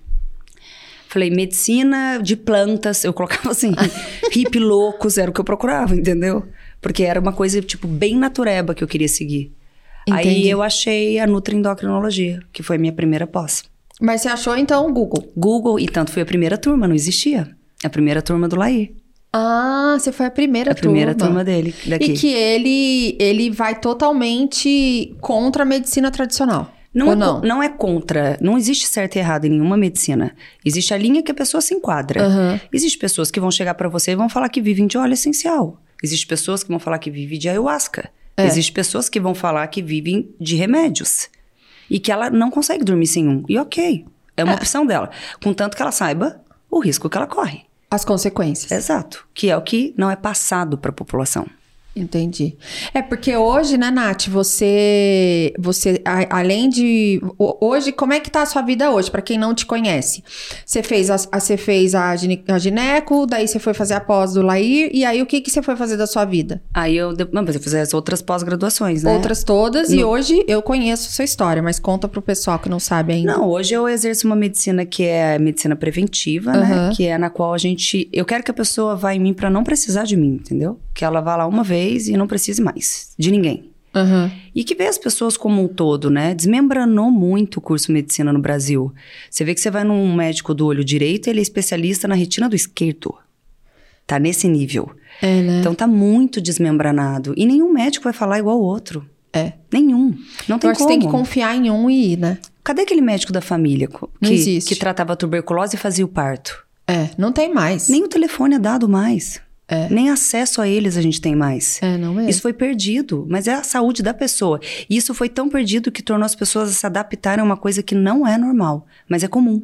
Falei, medicina de plantas, eu colocava assim, hippie loucos, era o que eu procurava, entendeu? Porque era uma coisa, tipo, bem natureba que eu queria seguir.
Entendi.
Aí eu achei a nutraendocrinologia, que foi a minha primeira pós.
Mas você achou então o Google?
Google, e tanto foi a primeira turma, não existia. A primeira turma do Laí.
Ah, você foi a primeira
A primeira turma dele, daqui.
E que ele, ele vai totalmente contra a medicina tradicional.
Não,
ou
é, co-
não?
não é contra, não existe certo e errado em nenhuma medicina. Existe a linha que a pessoa se enquadra.
Aham.
Existem pessoas que vão chegar pra você e vão falar que vivem de óleo essencial. Existem pessoas que vão falar que vivem de ayahuasca.
É.
Existem pessoas que vão falar que vivem de remédios. E que ela não consegue dormir sem um. E ok, é uma opção dela. Contanto que ela saiba o risco que ela corre.
As consequências.
Exato. Que é o que não é passado pra população.
Entendi. É porque hoje, né, Nath, você, você a- além de ho- hoje, como é que tá a sua vida hoje, Pra quem não te conhece? Você fez a, a- você fez a, gine- a gineco, daí você foi fazer a pós do Lair, e aí o que que você foi fazer da sua vida?
Aí eu. de- Não, mas eu fiz as outras pós-graduações, né?
Outras todas, e hoje eu conheço a sua história, mas conta pro pessoal que não sabe ainda.
Não, hoje eu exerço uma medicina que é medicina preventiva, né?
Aham.
Que é na qual a gente. Eu quero que a pessoa vá em mim pra não precisar de mim, entendeu? Que ela vá lá uma vez e não precise mais de ninguém.
Aham.
E que vê as pessoas como um todo, né? Desmembranou muito o curso de medicina no Brasil. Você vê que você vai num médico do olho direito, ele é especialista na retina do esquerdo. Tá nesse nível.
É, né?
Então tá muito desmembranado. E nenhum médico vai falar igual o outro.
É.
Nenhum. Não
Eu
tem como.
acho que você tem que confiar em um e ir, né?
Cadê aquele médico da família co-
Não
que,
existe.
que tratava tuberculose e fazia o parto?
É, não tem mais.
Nem o telefone é dado mais.
É.
Nem acesso a eles a gente tem mais.
É, não mesmo.
Isso foi perdido, mas é a saúde da pessoa. E isso foi tão perdido que tornou as pessoas a se adaptarem a uma coisa que não é normal, mas é comum.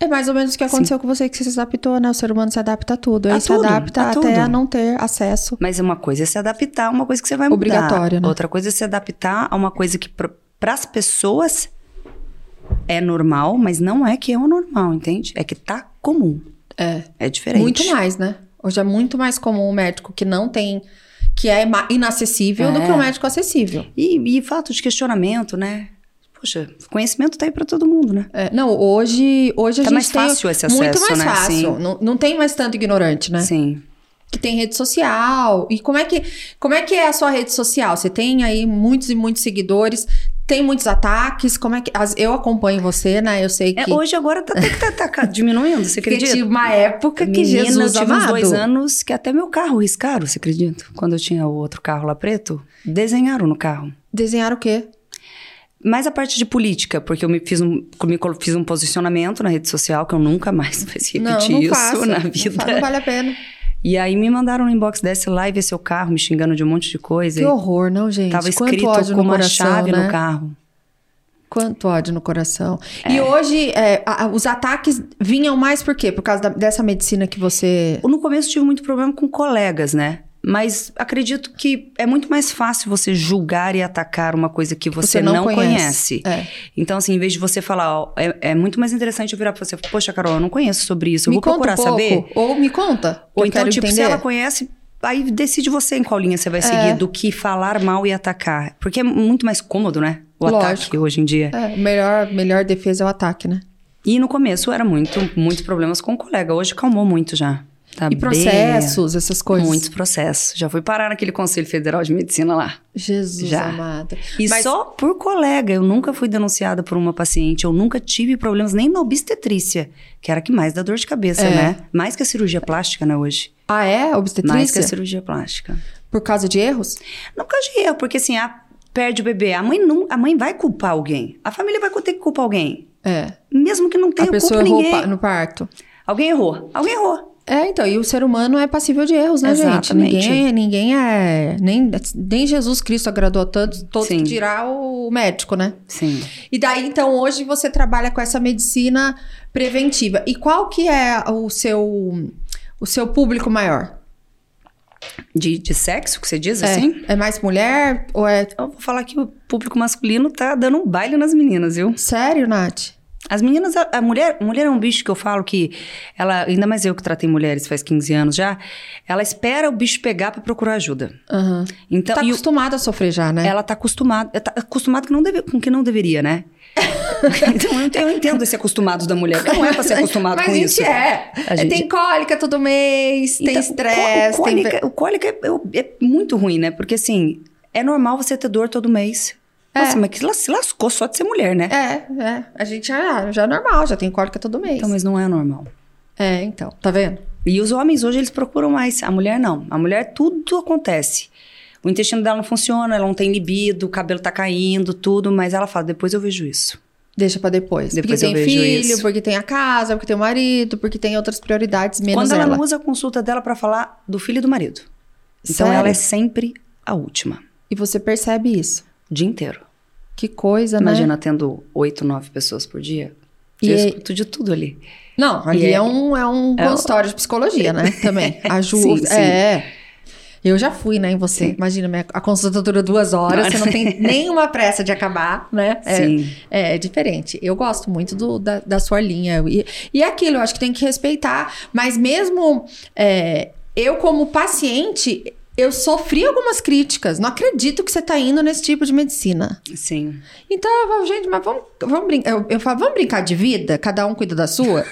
É mais ou menos o que aconteceu com você, que você se adaptou, né? O ser humano se adapta a tudo. Aí
A
se
tudo,
adapta
a
até
tudo.
a não ter acesso.
Mas uma coisa é se adaptar a uma coisa que você vai mudar.
Obrigatório, né?
Outra coisa é se adaptar a uma coisa que para as pessoas é normal, mas não é que é o normal, entende? É que tá comum.
É.
É diferente.
Muito mais, né? Hoje é muito mais comum um médico que não tem. que é ma- inacessível do
É.
que um médico acessível.
E, e fato de questionamento, né? Poxa, conhecimento tá aí pra todo mundo, né?
É, não, hoje, hoje a
Tá
gente
mais
tem
fácil esse
muito
acesso,
mais
né?
fácil.
Sim.
Não, não tem mais tanto ignorante, né?
Sim.
Que tem rede social. E como é que como é que é a sua rede social? Você tem aí muitos e muitos seguidores, tem muitos ataques. Como é que as- eu acompanho você, né? Eu sei que
É, hoje agora tá, até que tá, tá ca- diminuindo, você
Porque
acredita?
tive uma época que
Menina,
Jesus
eu tive uns
amado.
dois anos que até meu carro riscaram, você acredita? Quando eu tinha o outro carro lá preto, desenharam no carro.
Desenharam o quê?
Mas a parte de política, porque eu me fiz um, me colo- fiz um posicionamento na rede social que eu nunca mais vou repetir
não, não
isso
faça.
na
Não
vida.
fa- Não, vale a pena.
E aí me mandaram no inbox desse lá e vê seu carro, me xingando de um monte de coisa.
Que
e
horror, não, gente?
tava
Quanto
escrito
ódio
com
no
uma
coração,
chave
né?
no carro.
Quanto ódio no coração. E hoje, é, a- a- os ataques vinham mais por quê? Por causa da- dessa medicina que você...
No começo tive muito problema com colegas, né? Mas acredito que é muito mais fácil você julgar e atacar uma coisa que você, não, conhece.
É.
Então, assim, em vez de você falar, ó, é, é muito mais interessante eu virar pra você, poxa, Carol, eu não conheço sobre isso, eu
me
vou
conta
procurar
um pouco.
saber.
Ou me conta.
Ou
que eu
então,
quero
tipo, se
entender. é.
ela conhece, aí decide você em qual linha você vai seguir do que falar mal e atacar. Porque é muito mais cômodo, né? O ataque
Lógico.
hoje em dia.
É, melhor, melhor defesa é o ataque, né?
E no começo era muito, muito problemas com o colega. Hoje calmou muito já. Tá
E
bem-
processos, essas coisas.
Muitos processos. Já fui parar naquele Conselho Federal de Medicina lá.
Jesus
Já.
amado.
E
Mas-
só por colega. Eu nunca fui denunciada por uma paciente. Eu nunca tive problemas nem na obstetrícia, que era a que mais dá dor de cabeça,
É.
né? Mais que a cirurgia plástica, né, hoje?
Ah, é?
Mais que
Obstetrícia?
a cirurgia plástica.
Por causa de erros?
Não por causa de erro, porque assim, a- perde o bebê. A mãe, não, a mãe vai culpar alguém. A família vai ter que culpar alguém.
É.
Mesmo que não tenha
a
culpa
pessoa errou
ninguém.
pa- no parto.
Alguém errou. Alguém errou.
É, então, e o ser humano é passível de erros, né,
Exatamente.
gente? Ninguém, ninguém é. Nem, nem Jesus Cristo agradou a tantos, todos
Sim.
que dirá o médico, né?
Sim.
E daí, então, hoje você trabalha com essa medicina preventiva. E qual que é o seu, o seu público maior?
De, de sexo, que você diz assim?
É, é mais mulher? Ou é.
Eu vou falar que o público masculino tá dando um baile nas meninas, viu?
Sério, Nath?
As meninas, a, a mulher, mulher é um bicho que eu falo que ela, ainda mais eu que tratei mulheres faz 15 anos já, ela espera o bicho pegar pra procurar ajuda.
Aham.
Então,
Tá
e o-
acostumada a sofrer já, né?
ela tá acostumada, tá acostumada que não deve, com o que não deveria, né? então eu, ent- eu entendo esse acostumado da mulher, porque não é pra ser acostumado
Mas
com
a gente
isso.
é.
A gente-
Tem cólica todo mês, tem
Então,
estresse,
O có- o
tem.
cólica, o cólica é, é- é muito ruim, né? Porque assim, é normal você ter dor todo mês. Nossa, mas que la- se lascou só de ser mulher, né?
É, é. A gente já, já é normal, já tem cólica todo mês.
Então, mas não é normal.
É, então. Tá vendo?
E os homens hoje eles procuram mais, a mulher não. A mulher tudo acontece. O intestino dela não funciona, ela não tem libido, o cabelo tá caindo, tudo, mas ela fala: depois eu vejo isso.
Deixa pra depois.
Depois eu
porque tem
vejo
filho,
isso.
porque tem a casa, porque tem o marido, porque tem outras prioridades menos
Quando ela,
ela.
não usa a consulta dela pra falar do filho e do marido. Então
Sério?
ela é sempre a última,
E você percebe isso.
o dia inteiro.
Que coisa, né?
Imagina tendo oito, nove pessoas por dia.
E
eu
é-
escuto de tudo ali.
Não, ali
E é-
é um, é um
é um-
consultório de psicologia, né? Também.
Sim,
Ajuda.
sim.
É. Eu já fui, né, em você. Imagina, minha- a consulta dura duas horas, você não tem nenhuma pressa de acabar, né? É,
né? Sim.
É, é diferente. Eu gosto muito do- da, da sua linha. E, e é aquilo, eu acho que tem que respeitar. Mas mesmo é, eu, como paciente, eu sofri algumas críticas. Não acredito que você está indo nesse tipo de medicina.
Sim.
Então, eu falo, gente, mas vamos, vamos brincar. Eu, eu falo, vamos brincar de vida? Cada um cuida da sua?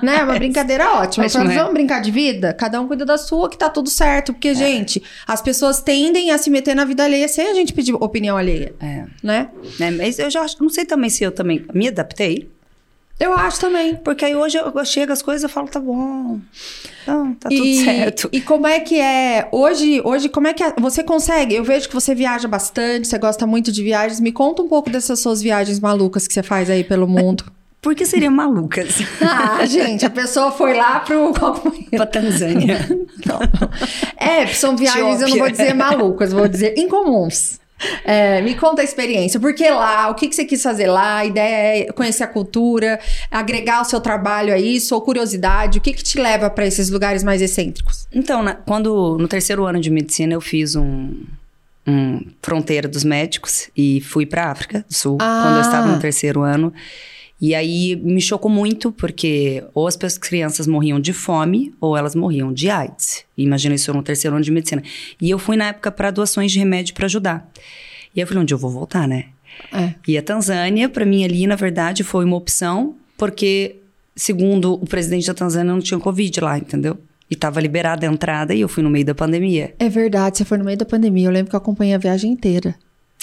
né? Uma brincadeira ótima. Eu
Mas
falo,
não é.
vamos brincar de vida? Cada um cuida da sua, que tá tudo certo. Porque, gente, as pessoas tendem a se meter na vida alheia sem a gente pedir opinião alheia,
É.
né?
Né, Mas eu já acho- não sei também se eu também me adaptei.
Eu acho também.
Porque aí hoje eu, eu chego as coisas e falo, tá bom. Então, tá tudo certo.
E como é que é hoje? Hoje como é que é- você consegue? Eu vejo que você viaja bastante, você gosta muito de viagens. Me conta um pouco dessas suas viagens malucas que você faz aí pelo mundo.
Por que seria malucas?
ah, gente, a pessoa foi lá pro
pra Tanzânia.
É, são viagens, eu não
Etiópia.
vou dizer malucas, vou dizer incomuns. É, me conta a experiência, por que lá? O que, que você quis fazer lá? A ideia é conhecer a cultura, agregar o seu trabalho a isso, ou curiosidade? O que, que te leva para esses lugares mais excêntricos?
Então, na- quando no terceiro ano de medicina eu fiz um, um fronteira dos médicos e fui para África do Sul
Ah.
quando eu estava no terceiro ano. E aí me chocou muito porque ou as pessoas- crianças morriam de fome ou elas morriam de AIDS. Imagina isso no terceiro ano de medicina. E eu fui na época para doações de remédio para ajudar. E aí eu falei, onde eu vou voltar, né?
É.
E a Tanzânia, para mim, ali, na verdade, foi uma opção, porque, segundo o presidente da Tanzânia, não tinha Covid lá, entendeu? E tava liberada a entrada e eu fui no meio da pandemia.
É verdade, você foi no meio da pandemia, eu lembro que eu acompanhei a viagem inteira.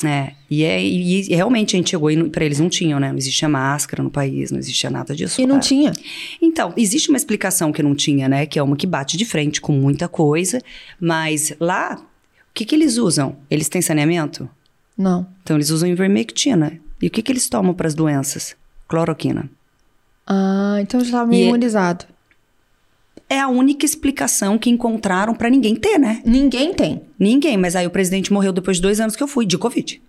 É, e, é, e, e realmente a gente chegou e para eles não tinham, né? Não existia máscara no país, não existia nada disso.
E não
lá.
tinha.
Então, existe uma explicação que não tinha, né? Que é uma que bate de frente com muita coisa, mas lá, o que, que eles usam? Eles têm saneamento?
Não.
Então, eles usam ivermectina. E o que, que eles tomam para as doenças? Cloroquina.
Ah, então eu já estava meio
E é-
imunizado.
é a única explicação que encontraram pra ninguém ter, né?
Ninguém tem.
Ninguém, mas aí o presidente morreu depois de dois anos que eu fui, de Covid.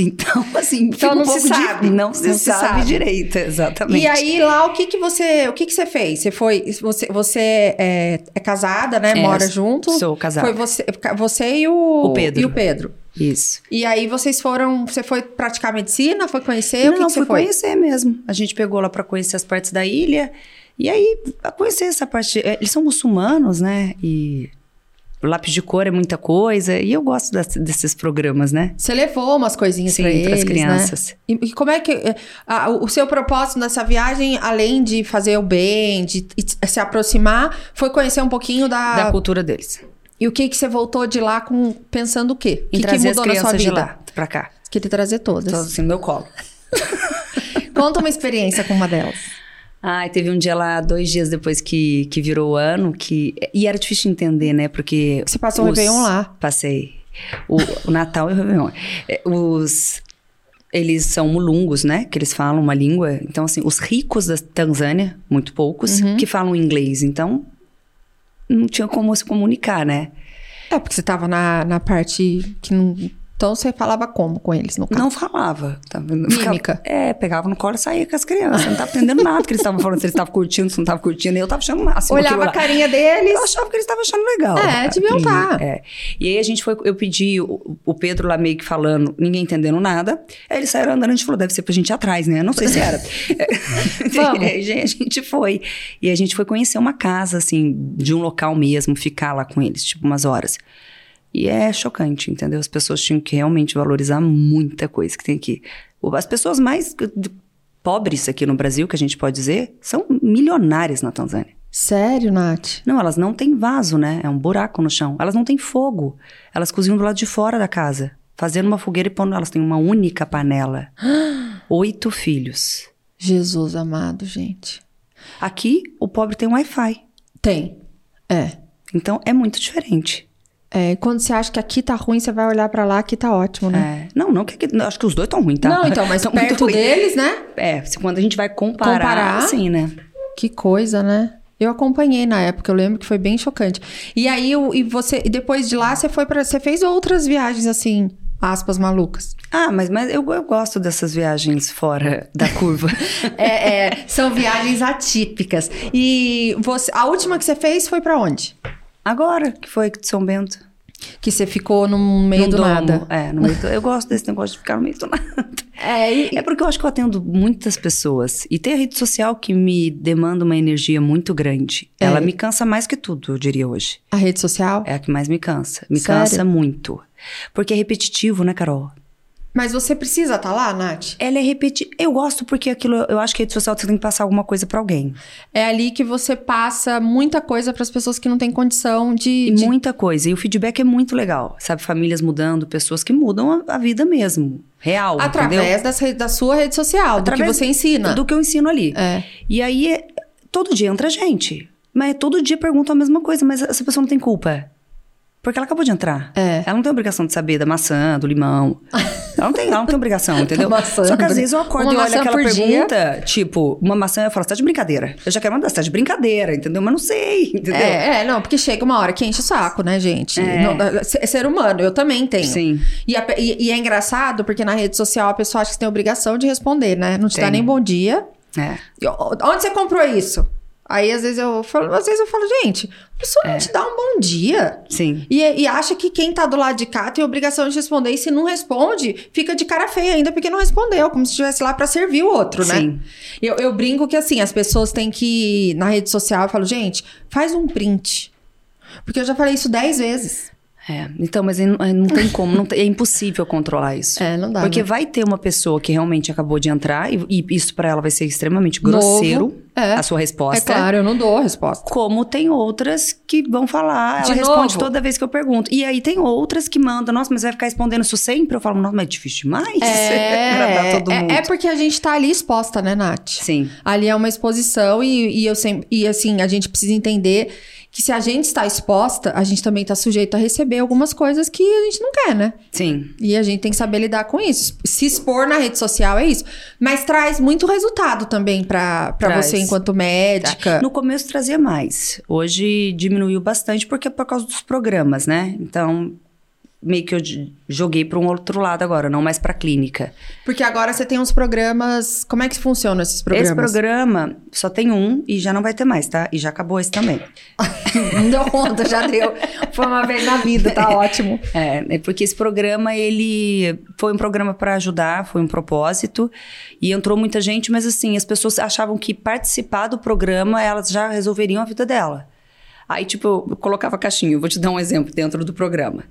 Então, assim, fica
não
um
se
pouco de-
sabe.
Não se
Não se
sabe,
sabe.
direito, exatamente.
E aí lá o que que você, o que que você fez? Você foi, você, você é, é casada, né?
É,
Mora junto.
sou casada.
Foi você, é você e o,
O Pedro.
E o Pedro.
Isso.
E aí vocês foram, você foi praticar medicina, foi conhecer, o que,
não,
que você
fui
foi?
conhecer mesmo. A gente pegou lá pra conhecer as partes da ilha. E aí, a conhecer essa parte. é, Eles são muçulmanos, né? E lápis de cor é muita coisa. E eu gosto das- desses programas, né?
Você levou umas coisinhas
Sim,
para eles,
pras
Né?
crianças.
E, e como é que eh, ah, o o seu propósito nessa viagem, além de fazer o bem, de t- t- se aproximar, foi conhecer um pouquinho da,
Da cultura deles.
e o que que você voltou de lá com pensando o quê? O
E
que, que
trazer as
mudou na sua
crianças de
vida?
lá pra cá.
Que ele trazer todas.
Todas assim no meu colo.
Conta uma experiência com uma delas.
Ai, teve um dia lá, dois dias depois que, que virou o ano, que. E era difícil de entender, né? Porque.
Você passou o Réveillon lá.
Passei. O, o Natal e o Réveillon. É, Os. Eles são mulungos, né? Que eles falam uma língua. Então, assim, os ricos da Tanzânia, muito poucos, que falam inglês. Então, não tinha como se comunicar, né?
É, porque você tava na, na parte que não. Então você falava como com eles, no caso?
Não falava. Tava,
Mímica.
ficava- é, pegava no colo e saía com as crianças. Eu Não tava entendendo nada que eles estavam falando, se eles estavam curtindo, se não estavam curtindo. Eu tava achando o máximo. aquilo
Olhava
lá.
a carinha deles.
Eu achava que eles estavam achando legal.
É, deviam
Aquele-
tá.
é. E aí a gente foi, eu pedi o, o Pedro lá meio que falando, ninguém entendendo nada. Aí eles saíram andando, a gente falou, deve ser pra gente ir atrás, né? Eu Não sei se era.
Vamos.
E aí a gente foi. E a gente foi conhecer uma casa, assim, de um local mesmo, ficar lá com eles, tipo, umas horas. E é chocante, entendeu? As pessoas tinham que realmente valorizar muita coisa que tem aqui. O- As pessoas mais eh, pobres aqui no Brasil, que a gente pode dizer, são milionárias na Tanzânia.
Sério, Nath?
Não, elas não têm vaso, né? É um buraco no chão. Elas não têm fogo. Elas cozinham do lado de fora da casa, fazendo uma fogueira e pondo. Elas têm uma única panela. Oito filhos.
Jesus amado, gente.
Aqui, o pobre tem um Wi-Fi.
Tem. É.
Então, é muito diferente.
É, e quando você acha que aqui tá ruim, você vai olhar pra lá, aqui tá ótimo, né?
É. Não, não, que, que- não, acho que os dois estão ruins, tá?
Não, então, mas
Tão muito
perto
ruim.
deles, né?
É, se- quando a gente vai comparar,
Comparar?
sim, né?
Que coisa, né? Eu acompanhei na época, eu lembro que foi bem chocante. E aí, o- e você, e depois de lá, você foi para, você fez outras viagens assim, aspas malucas.
Ah, mas, mas eu, eu gosto dessas viagens fora da curva.
É, é, são viagens atípicas. E você, a última que você fez foi pra onde?
Agora, que foi de São Bento.
Que você ficou no meio
Num
do
domo.
nada.
É, no meio do, eu gosto desse negócio de ficar no meio do nada.
É, e-
É porque eu acho que eu atendo muitas pessoas. E tem a rede social que me demanda uma energia muito grande.
É.
Ela me cansa mais que tudo, eu diria hoje.
a rede social?
É a que mais me cansa. Me
Sério?
cansa muito. Porque é repetitivo, né, Carol?
Mas você precisa estar lá, Nath?
Ela é repetitiva. Eu gosto porque aquilo, eu acho que a rede social você tem que passar alguma coisa pra alguém.
É ali que você passa muita coisa pras pessoas que não têm condição de.
E
de-
muita coisa. E o feedback é muito legal. Sabe, famílias mudando, pessoas que mudam a, a vida mesmo. Real. entendeu?
Através das re- da sua rede social, do
Através
que você ensina.
Do que eu ensino ali.
É.
E aí, é- todo dia entra gente. Mas é, todo dia perguntam a mesma coisa, mas essa pessoa não tem culpa. Porque ela acabou de entrar.
É.
Ela não tem obrigação de saber da maçã, do limão. Ela não tem, ela não tem obrigação, entendeu?
maçã,
Só que às
Bri-
vezes eu acordo
uma
e olho
maçã
aquela
por dia.
pergunta, tipo, uma maçã, eu falo, você tá de brincadeira. Eu já quero mandar, você tá de brincadeira, entendeu? Mas não sei, entendeu?
É, é, não, porque chega uma hora que enche o saco, né, gente?
É.
Não, É. ser- é ser humano, eu também tenho.
Sim.
E, a pe- e- e é engraçado porque na rede social a pessoa acha que você tem obrigação de responder, né? Não te dá
Tem.
nem bom dia.
É.
E o- Onde você comprou isso? Aí às vezes eu falo, às vezes eu falo, gente, a pessoa
É.
não te dá um bom dia.
Sim.
E, e acha que quem tá do lado de cá tem obrigação de responder. E se não responde, fica de cara feia ainda porque não respondeu. Como se estivesse lá pra servir o outro, né?
Sim.
Eu, eu brinco que assim, as pessoas têm que. Na rede social, eu falo, gente, faz um print. Porque eu já falei isso dez vezes.
É, então, mas aí não, aí não tem como, não tem- é impossível controlar isso.
É, não dá,
Porque
né?
vai ter uma pessoa que realmente acabou de entrar, e, e isso pra ela vai ser extremamente grosseiro,
Novo, é.
a sua resposta.
É claro, eu não dou a resposta.
Como tem outras que vão falar,
De
ela responde
novo?
toda vez que eu pergunto. E aí tem outras que mandam, nossa, mas vai ficar respondendo isso sempre? Eu falo, nossa, mas é difícil demais agradar todo mundo.
é, é porque a gente tá ali exposta, né, Nath?
Sim.
Ali é uma exposição e, e eu sempre, e assim, a gente precisa entender que se a gente está exposta, a gente também está sujeito a receber algumas coisas que a gente não quer, né?
Sim.
E a gente tem que saber lidar com isso. Se expor na rede social é isso. Mas traz muito resultado também pra pra
Traz. Tá.
você enquanto médica.
No começo trazia mais. Hoje diminuiu bastante porque é por causa dos programas, né? Então, meio que eu j- joguei para um outro lado agora, não mais para clínica.
Porque agora você tem uns programas. Como é que funcionam esses programas?
Esse programa só tem um e já não vai ter mais, tá? E já acabou esse também.
não deu conta, já deu. Foi uma vez na vida, tá ótimo.
É, é porque esse programa, ele foi um programa para ajudar, foi um propósito. E entrou muita gente, mas assim, as pessoas achavam que participar do programa, elas já resolveriam a vida dela. Aí, tipo, eu colocava caixinha, eu vou te dar um exemplo dentro do programa.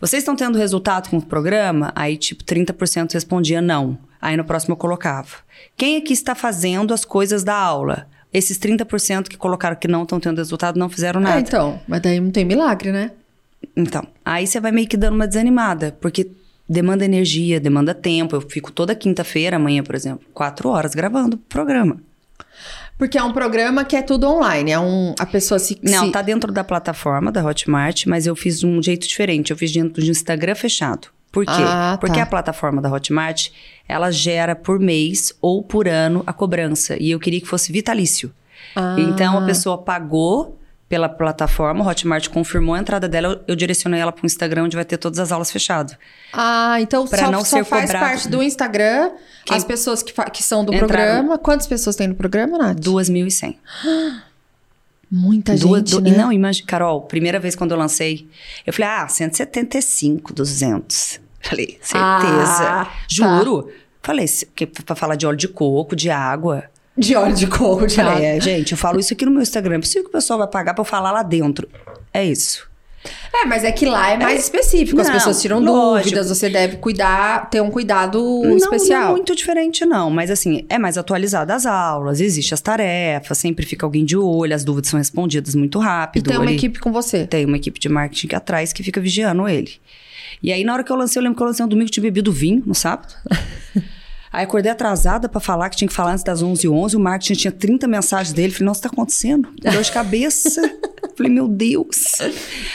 Vocês estão tendo resultado com o programa? Aí, tipo, 30% respondia não. Aí no próximo eu colocava. Quem aqui está fazendo as coisas da aula? Esses 30% que colocaram que não estão tendo resultado não fizeram nada.
Ah, então. Mas daí não tem milagre, né?
Então, aí você vai meio que dando uma desanimada, porque demanda energia, demanda tempo. Eu fico toda quinta-feira, amanhã, por exemplo, quatro horas gravando o programa.
Porque é um programa que é tudo online. É um. A pessoa se.
Não,
se-
tá dentro da plataforma da Hotmart, mas eu fiz um jeito diferente. Eu fiz dentro de um Instagram fechado. Por quê?
Ah, tá.
Porque a plataforma da Hotmart, ela gera por mês ou por ano a cobrança. E eu queria que fosse vitalício.
Ah.
Então a pessoa pagou pela plataforma, a Hotmart confirmou a entrada dela, eu, eu direcionei ela para o Instagram, onde vai ter todas as aulas fechado.
Ah, então
Pra
só,
não
só
ser
faz
cobrado.
parte do Instagram.
Quem-
As pessoas que, fa- que são do
Entraram.
programa. Quantas pessoas tem no programa, Nath?
2.100.
Muita
Duas-
gente,
du-
né?
e Não, imagina, Carol, primeira vez quando eu lancei, eu falei, ah, 175, 200. Falei, certeza.
Ah, tá.
Juro. Falei, se- porque pra falar de óleo de coco, de água.
De óleo de coco, de
Falei,
água.
é, gente, eu falo isso aqui no meu Instagram. Preciso que o pessoal vai pagar pra eu falar lá dentro. É isso.
É, mas é que lá é mais específico. As
Não,
pessoas tiram
lógico.
dúvidas, você deve cuidar, ter um cuidado
não, Não é
especial.
muito diferente, não. Mas assim, é mais atualizada as aulas, existem as tarefas, sempre fica alguém de olho, as dúvidas são respondidas muito
e
rápido.
tem uma
ali.
equipe com você.
Tem uma equipe de marketing aqui atrás que fica vigiando ele. E aí, na hora que eu lancei, eu lembro que eu lancei um domingo, tinha bebido vinho no sábado. aí acordei atrasada pra falar que tinha que falar antes das 11 h 11 O marketing tinha 30 mensagens dele. Falei, nossa, tá acontecendo? Dor de cabeça. Falei, meu Deus.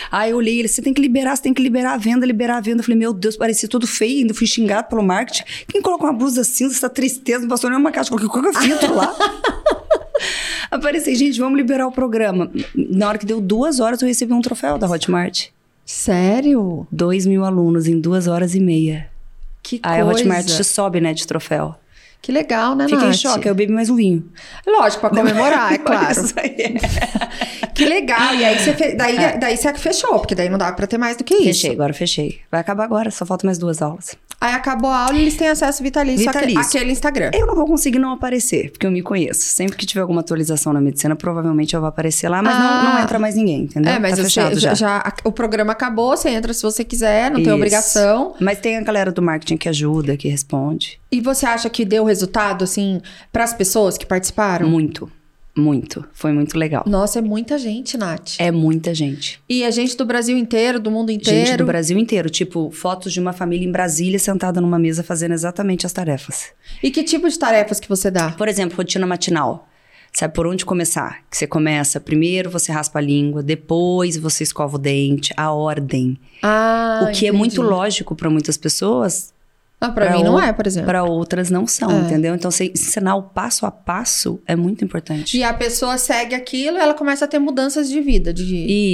Aí eu olhei ele, você tem que liberar, você tem que liberar a venda, liberar a venda. Falei, meu Deus, parecia tudo feio, ainda fui xingado pelo marketing. Quem colocou uma blusa cinza, essa tristeza, não passou nenhuma caixa, coloquei qualquer filtro lá. Apareci, gente, vamos liberar o programa. Na hora que deu duas horas, eu recebi um troféu da Hotmart.
Sério?
Dois mil alunos em duas horas e meia.
Que
Aí a
coisa.
Ah, é Hotmart te sobe, né, de troféu.
Que legal, né,
Fiquei em
Nath?
choque, aí eu bebi mais um vinho.
Lógico, pra comemorar, é claro.
Isso aí é.
que legal. E aí você, fe... daí, é, daí você fechou, porque daí não dava pra ter mais do que isso.
Fechei, agora fechei. Vai acabar agora, só faltam mais duas aulas.
Aí acabou a aula e eles têm acesso vitalício,
Vitalício.
Àquele, àquele Instagram.
Eu não vou conseguir não aparecer, porque eu me conheço. Sempre que tiver alguma atualização na medicina, provavelmente eu vou aparecer lá, mas não,
Ah.
não entra mais ninguém, entendeu?
É, mas
tá
você
fechado
já,
já.
já- o programa acabou, você entra se você quiser, não tem
Isso.
obrigação.
Mas tem a galera do marketing que ajuda, que responde.
E você acha que deu resultado, assim, pras pessoas que participaram?
Muito, muito. Foi muito legal.
Nossa, é muita gente, Nath.
É muita gente.
E é gente do Brasil inteiro, do mundo inteiro.
Gente do Brasil inteiro. Tipo, fotos de uma família em Brasília sentada numa mesa fazendo exatamente as tarefas.
E que tipo de tarefas que você dá?
Por exemplo, rotina matinal. Sabe por onde começar? Que você começa, primeiro você raspa a língua, depois você escova o dente, a ordem.
Ah,
o que é
entendi.
muito lógico para muitas pessoas,
Ah, pra,
pra
mim não
o-
é, por exemplo.
para outras não são,
É.
entendeu? Então, você ensinar o passo a passo é muito importante.
E a pessoa segue aquilo, ela começa a ter mudanças de vida. De...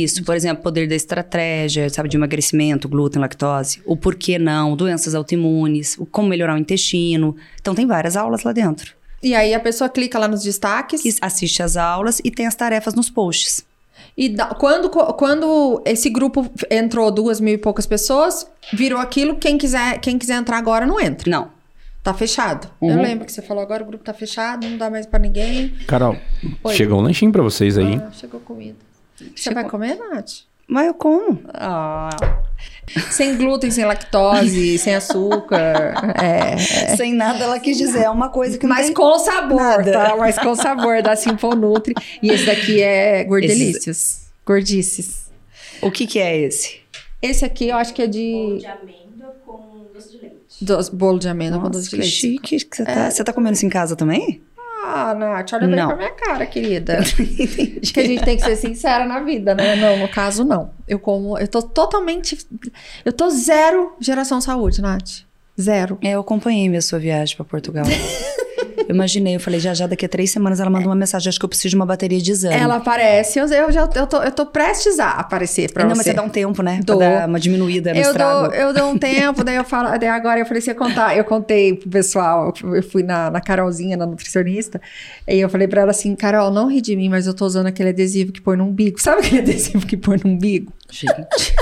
Isso, por exemplo, poder da estratégia, sabe, de emagrecimento, glúten, lactose, o porquê não, doenças autoimunes, o como melhorar o intestino. Então tem várias aulas lá dentro.
E... aí a pessoa clica lá nos destaques.
E assiste as aulas e tem as tarefas nos posts.
E da- quando, co- quando esse grupo entrou duas mil e poucas pessoas, virou aquilo, quem quiser, quem quiser entrar agora não entra.
Não.
Tá fechado. Eu
Uhum.
lembro que você falou agora o grupo tá fechado, não dá mais pra ninguém.
Carol,
Oi.
chegou um lanchinho pra vocês aí.
Ah, chegou comida. Você
Chegou. Ah.
vai comer, Nath?
Mas eu como.
Sem glúten, sem lactose, sem açúcar. É.
Sem nada ela quis dizer, é uma coisa que
Mas com sabor,
nada.
tá? Mas com sabor da Simponutri. E esse daqui é gordelícios. Gordices.
O que que é esse?
Esse aqui eu acho que é de...
de amêndoa com doce de leite.
Doce, bolo de amêndoa com
Nossa,
doce de
que
leite.
chique. que Você tá, você tá comendo isso em casa também?
Ah, Nath, olha bem
Não.
pra minha cara, querida. Acho que a gente tem que ser sincera na vida, né? Não, no caso, não. Eu como. Eu tô totalmente. Eu tô zero geração saúde, Nath. Zero.
É, eu acompanhei minha sua viagem pra Portugal. Eu Imaginei, eu falei, já já daqui a três semanas ela mandou uma mensagem, acho que eu preciso de uma bateria de exame.
Ela aparece, eu, eu, já, eu, tô, eu tô prestes a aparecer pra
não,
você.
mas você dá um tempo, né?
Dou.
Pra dar uma diminuída no
eu
estrago.
dou, eu dou um tempo, daí eu falo, daí agora eu falei, se eu contar, eu contei pro pessoal, eu fui na, na Carolzinha, na nutricionista, e eu falei pra ela assim, Carol, não ri de mim, mas eu tô usando
Tá
aquele adesivo que põe no umbigo. Sabe aquele adesivo que põe no umbigo?
Gente.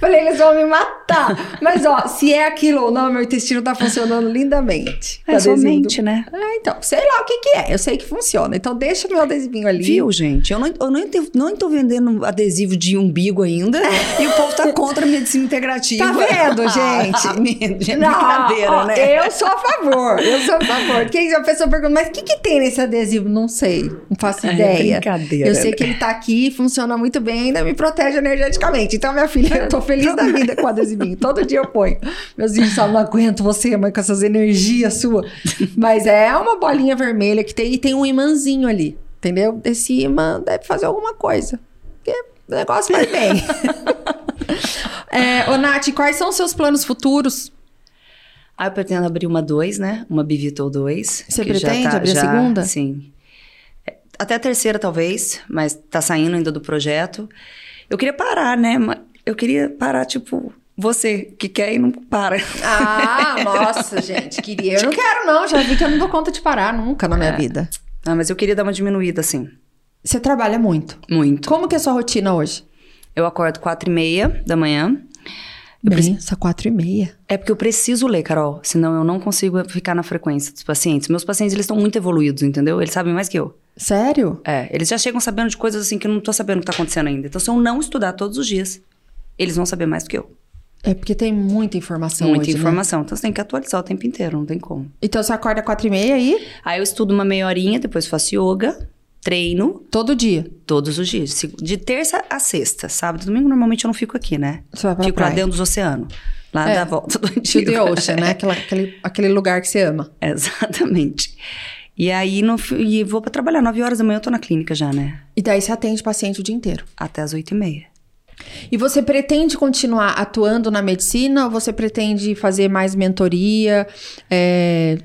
Falei, eles vão me matar. Mas, ó, se é aquilo ou não, meu intestino tá funcionando lindamente.
É sua
Adesivo do-
mente, né?
Ah, então, sei lá o que que é. Eu sei que funciona. Então, deixa o meu adesivinho ali.
Viu, gente? Eu não, eu não, ente- não tô vendendo adesivo de umbigo ainda. e o povo tá contra a medicina integrativa.
Tá vendo, gente?
Ah, men- gente,
Não,
brincadeira,
ó,
né?
Eu sou a favor. Eu sou a favor. Quem, a pessoa pergunta, mas o que, que tem nesse adesivo? Não sei. Não faço
É
ideia.
brincadeira,
Eu sei
né?
que ele tá aqui, funciona muito bem, ainda me protege energeticamente. Então, minha filha, eu tô feliz da vida com o adesivinho. Todo dia eu ponho. Meus filhos falam, não aguento você, mãe, com essas energias suas. Mas é uma bolinha vermelha que tem e tem um imãzinho ali. Entendeu? Esse imã deve fazer alguma coisa. Porque o negócio vai bem. É, ô, Nath, quais são os seus planos futuros?
Aí eu pretendo abrir uma 2, né? Uma Bivitol 2.
Você
que já
pretende abrir a segunda?
Sim. É, Até a terceira, talvez, mas tá saindo ainda do projeto. Eu queria parar, né? Ma- Eu queria parar, tipo, você que quer e não para.
Ah, nossa, gente, queria. Eu não quero, não. Já vi que eu não dou conta de parar nunca na minha vida.
Ah, mas eu queria dar uma diminuída, assim.
Você trabalha muito.
Muito.
Como que é a sua rotina hoje?
Eu acordo quatro e meia da manhã. Eu preciso-
Bem, só quatro e meia.
É porque eu preciso ler, Carol, senão eu não consigo ficar na frequência dos pacientes. Meus pacientes, eles estão muito evoluídos, entendeu? Eles sabem mais que eu.
Sério?
É, eles já chegam sabendo de coisas assim que eu não tô sabendo o que tá acontecendo ainda. Então, se eu não estudar todos os dias, eles vão saber mais do que eu.
É porque tem muita informação
Muita
hoje, né?
informação. Então, você tem que atualizar o tempo inteiro, não tem como.
Então você acorda quatro e meia aí
Aí eu estudo uma meia horinha, depois faço yoga, treino
todo dia.
todos os dias. Se- De terça a sexta, sábado e domingo, normalmente eu não fico aqui, né?
Você vai pra
fico lá
praia.
dentro dos oceanos. Lá
É.
da volta do
To the
Antigo.
ocean, né? Aquela- aquele, aquele lugar que você ama.
Exatamente. E aí no, fi- e vou pra trabalhar. 9 horas da manhã eu tô na clínica já, né?
E daí você atende paciente o dia inteiro.
Até as 8 e meia.
E você pretende continuar atuando na medicina ou você pretende fazer mais mentoria, é,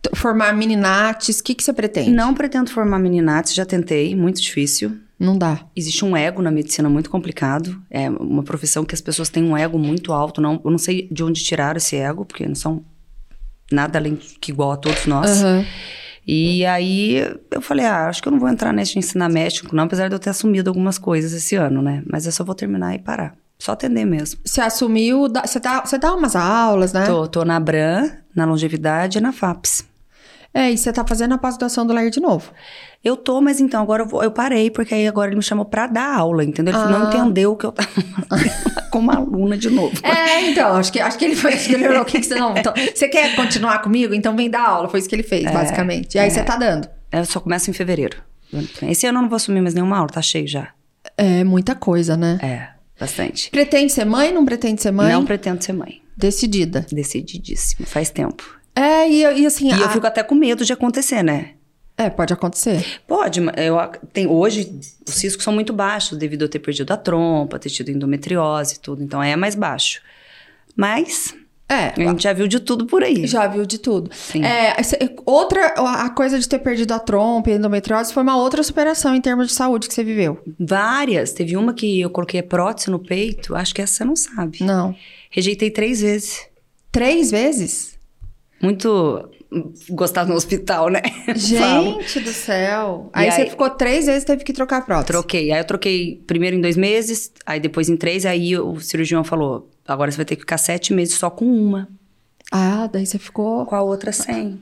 t- formar meninates? O que, que você pretende?
Não pretendo formar meninatos, já tentei, muito difícil.
Não dá.
Existe um ego na medicina muito complicado. É uma profissão que as pessoas têm um ego muito alto. Não, eu não sei de onde tiraram esse ego, porque não são nada além que igual a todos nós.
Aham.
E aí eu falei, ah, acho que eu não vou entrar nesse de ensinar médico, não, apesar de eu ter assumido algumas coisas esse ano, né? Mas eu só vou terminar e parar. Só atender mesmo.
Você assumiu, dá- você dá, você dá umas aulas, né?
Tô, tô na Bran, na longevidade e na FAPS.
É, e você tá fazendo a pós-graduação do Lar de novo.
Eu tô, mas então agora eu, vou- eu parei, porque aí agora ele me chamou pra dar aula, entendeu? Ele
Ah.
não entendeu o que eu tava fazendo como aluna de novo.
É, então, acho que, acho que ele foi, acho que ele olhou o que, que você não. Então, você quer continuar comigo? Então vem dar aula. Foi isso que ele
É.
fez, basicamente. E aí você tá dando.
Eu só começo em fevereiro. do ano que vem. Esse ano eu não vou assumir mais nenhuma aula, tá cheio já.
É muita coisa, né?
É, bastante.
Pretende ser mãe? Não pretende ser mãe?
Não pretendo ser mãe.
Decidida.
Decididíssimo, faz tempo.
É, e, e assim.
E eu
a-
fico até com medo de acontecer, né?
É, pode acontecer.
Pode, mas eu ac- tem, hoje os riscos são muito baixos devido a eu ter perdido a trompa, ter tido endometriose e tudo, então é mais baixo. Mas
É.
a gente já viu de tudo por aí.
Já viu de tudo.
É. Sim.
É, cê- outra, a coisa de ter perdido a trompa e a endometriose foi uma outra superação em termos de saúde que você viveu.
Várias. Teve uma que eu coloquei a prótese no peito, acho que essa você não sabe.
Não.
Rejeitei três vezes.
Três vezes?
Muito gostado no hospital, né? Falo.
Gente do céu.
E
Aí, você
aí-
ficou três vezes e teve que trocar a prótese.
Troquei. Aí eu troquei primeiro em dois meses, aí depois em três, aí o cirurgião falou: agora você vai ter que ficar sete meses só com uma.
Ah, daí você ficou.
Com a outra, sem.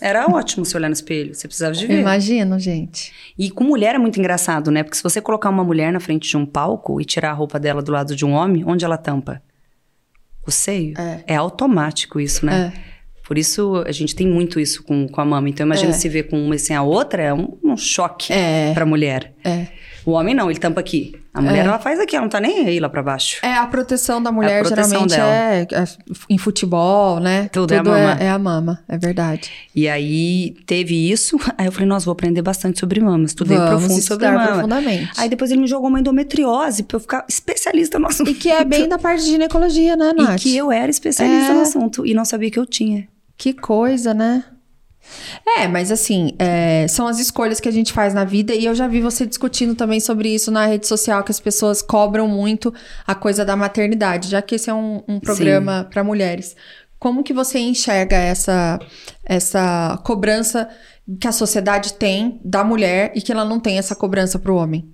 Era ótimo se olhar no espelho, você precisava de ver.
Imagino, gente.
E com mulher é muito engraçado, né? Porque se você colocar uma mulher na frente de um palco e tirar a roupa dela do lado de um homem, onde ela tampa? O seio.
É.
automático isso, né? Por isso a gente tem muito isso com, com a mama. Então imagina
É.
se ver com uma e sem a outra, é um, um choque
É.
pra mulher.
É.
O homem não, ele tampa aqui. A mulher, ela faz aqui, ela não tá nem aí lá pra baixo.
É, a proteção da mulher
proteção
geralmente
dela.
é, é em futebol, né?
Tudo é a mama.
É, a mama, é verdade.
E aí teve isso, aí eu falei, nossa, vou aprender bastante sobre mama. Estudei
Vamos
é profundo sobre
estudar
mama.
profundamente.
Aí depois ele me jogou uma endometriose pra eu ficar especialista no assunto.
E que é bem da parte de ginecologia, né,
E
Nath?
que eu era especialista
É.
no assunto e não sabia que eu tinha.
Que coisa, né? É, mas assim, é, são as escolhas que a gente faz na vida e eu já vi você discutindo também sobre isso na rede social, que as pessoas cobram muito a coisa da maternidade, já que esse é um, um programa para mulheres. Como que você enxerga essa, essa cobrança que a sociedade tem da mulher e que ela não tem essa cobrança para o homem?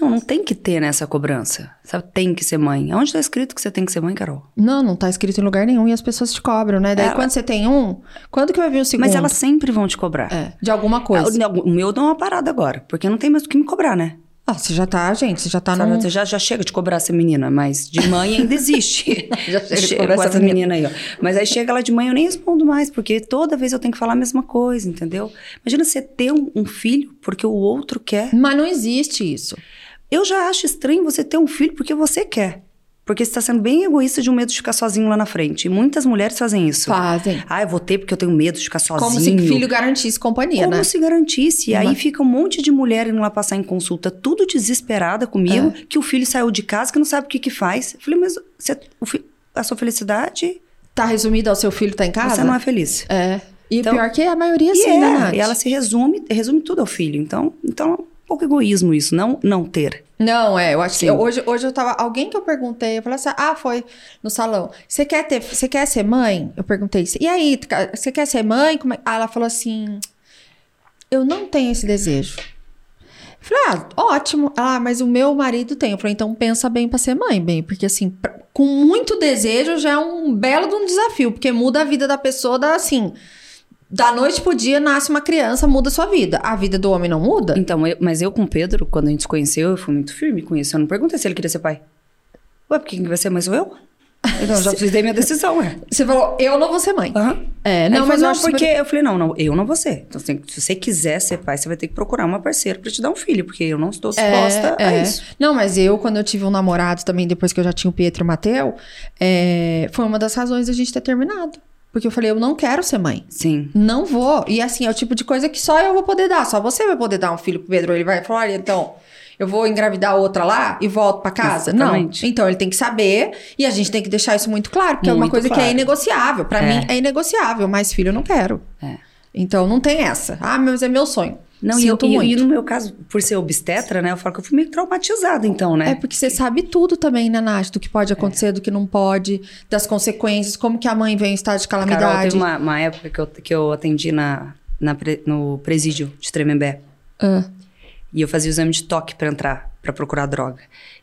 Não, não tem que ter nessa cobrança. Sabe? Tem que ser mãe. Onde tá escrito que você tem que ser mãe, Carol?
Não, não tá escrito em lugar nenhum e as pessoas te cobram, né? Daí
Ela-
quando você tem um, quando que vai vir o segundo?
Mas elas sempre vão te cobrar.
É, de alguma coisa.
Ah, O o meu dá uma parada agora, porque não tem mais o que me cobrar, né?
Ah, você já tá, gente, você já tá
Sabe,
no...
Você já, já chega de cobrar essa menina, mas de mãe ainda existe.
Já chega de cobrar
com
essa
essa menina aí, ó. Mas aí chega ela de mãe, eu nem respondo mais, porque toda vez eu tenho que falar a mesma coisa, entendeu? Imagina você ter um, um filho porque o outro quer.
Mas não existe isso.
Eu já acho estranho você ter um filho porque você quer. Porque você está sendo bem egoísta de um medo de ficar sozinho lá na frente. E muitas mulheres fazem isso.
Fazem.
Ah, eu vou ter porque eu tenho medo de ficar sozinho.
Como se filho garantisse companhia,
Como
né?
se garantisse? E aí
Mas-
fica um monte de mulher indo lá passar em consulta, tudo desesperada comigo,
É.
que o filho saiu de casa, que não sabe o que que faz. Eu falei, mas você- o fi- a sua felicidade,
Tá resumido ao seu filho tá em casa?
você não é feliz.
É. E
Então-
pior que a maioria
E,
sim,
é,
né, Nath?
e ela se resume, resume tudo ao filho. Então, então é um pouco egoísmo isso, não, não ter.
Não, é, eu acho que
Sim.
hoje, hoje eu tava. Alguém que eu perguntei, eu falei assim: ah, foi no salão. Você quer ter. Você quer ser mãe? Eu perguntei, e aí, tu ca- você quer ser mãe? Como é? Ah, ela falou assim: Eu não tenho esse desejo. Eu falei, ah, ótimo. Ah, mas o meu marido tem. Eu falei, então pensa bem pra ser mãe, bem, porque assim, pra- com muito desejo já é um belo de um desafio, porque muda a vida da pessoa da assim. Da noite pro dia nasce uma criança, muda a sua vida. A vida do homem não muda?
Então, eu- mas eu com o Pedro, quando a gente se conheceu, eu fui muito firme com isso. Eu não perguntei se ele queria ser pai. Ué, porque quem vai ser mãe sou eu? Então, eu já precisei minha decisão, ué.
Você falou, eu não vou ser mãe.
Aham.
É,
Não,
não, mas eu
não,
acho
porque
super-
eu falei, não, não, eu não vou ser. Então, você tem que- se você quiser ser pai, você vai ter que procurar uma parceira pra te dar um filho, porque eu não estou disposta a
é.
isso.
Não, mas eu, quando eu tive um namorado também, depois que eu já tinha o Pietro e o Mateu, é, foi uma das razões da gente ter terminado. Porque eu falei, eu não quero ser mãe.
Sim.
Não vou. E assim, é o tipo de coisa que só eu vou poder dar. Só você vai poder dar um filho pro Pedro. Ele vai falar, olha, então, eu vou engravidar outra lá e volto pra casa.
Exatamente.
Não. Então, ele tem que saber. E a gente tem que deixar isso muito claro. Porque é uma
Muito
coisa que é
claro.
inegociável. Pra
É.
mim, é inegociável. Mas filho, eu não quero.
É.
Então, não tem essa. Ah, mas é meu sonho.
Não, e, eu,
Sinto
e-
muito.
e no meu caso, por ser obstetra, né, eu falo que eu fui meio traumatizada, então, né?
É porque você sabe tudo também, né, Nath? Do que
É.
pode acontecer, do que não pode, das consequências, como que a mãe vem em estado de calamidade.
Carol, teve uma, uma época que eu, que eu atendi na, na pre- no presídio de Tremembé.
Ah.
E eu fazia o exame de toque pra entrar, pra procurar droga.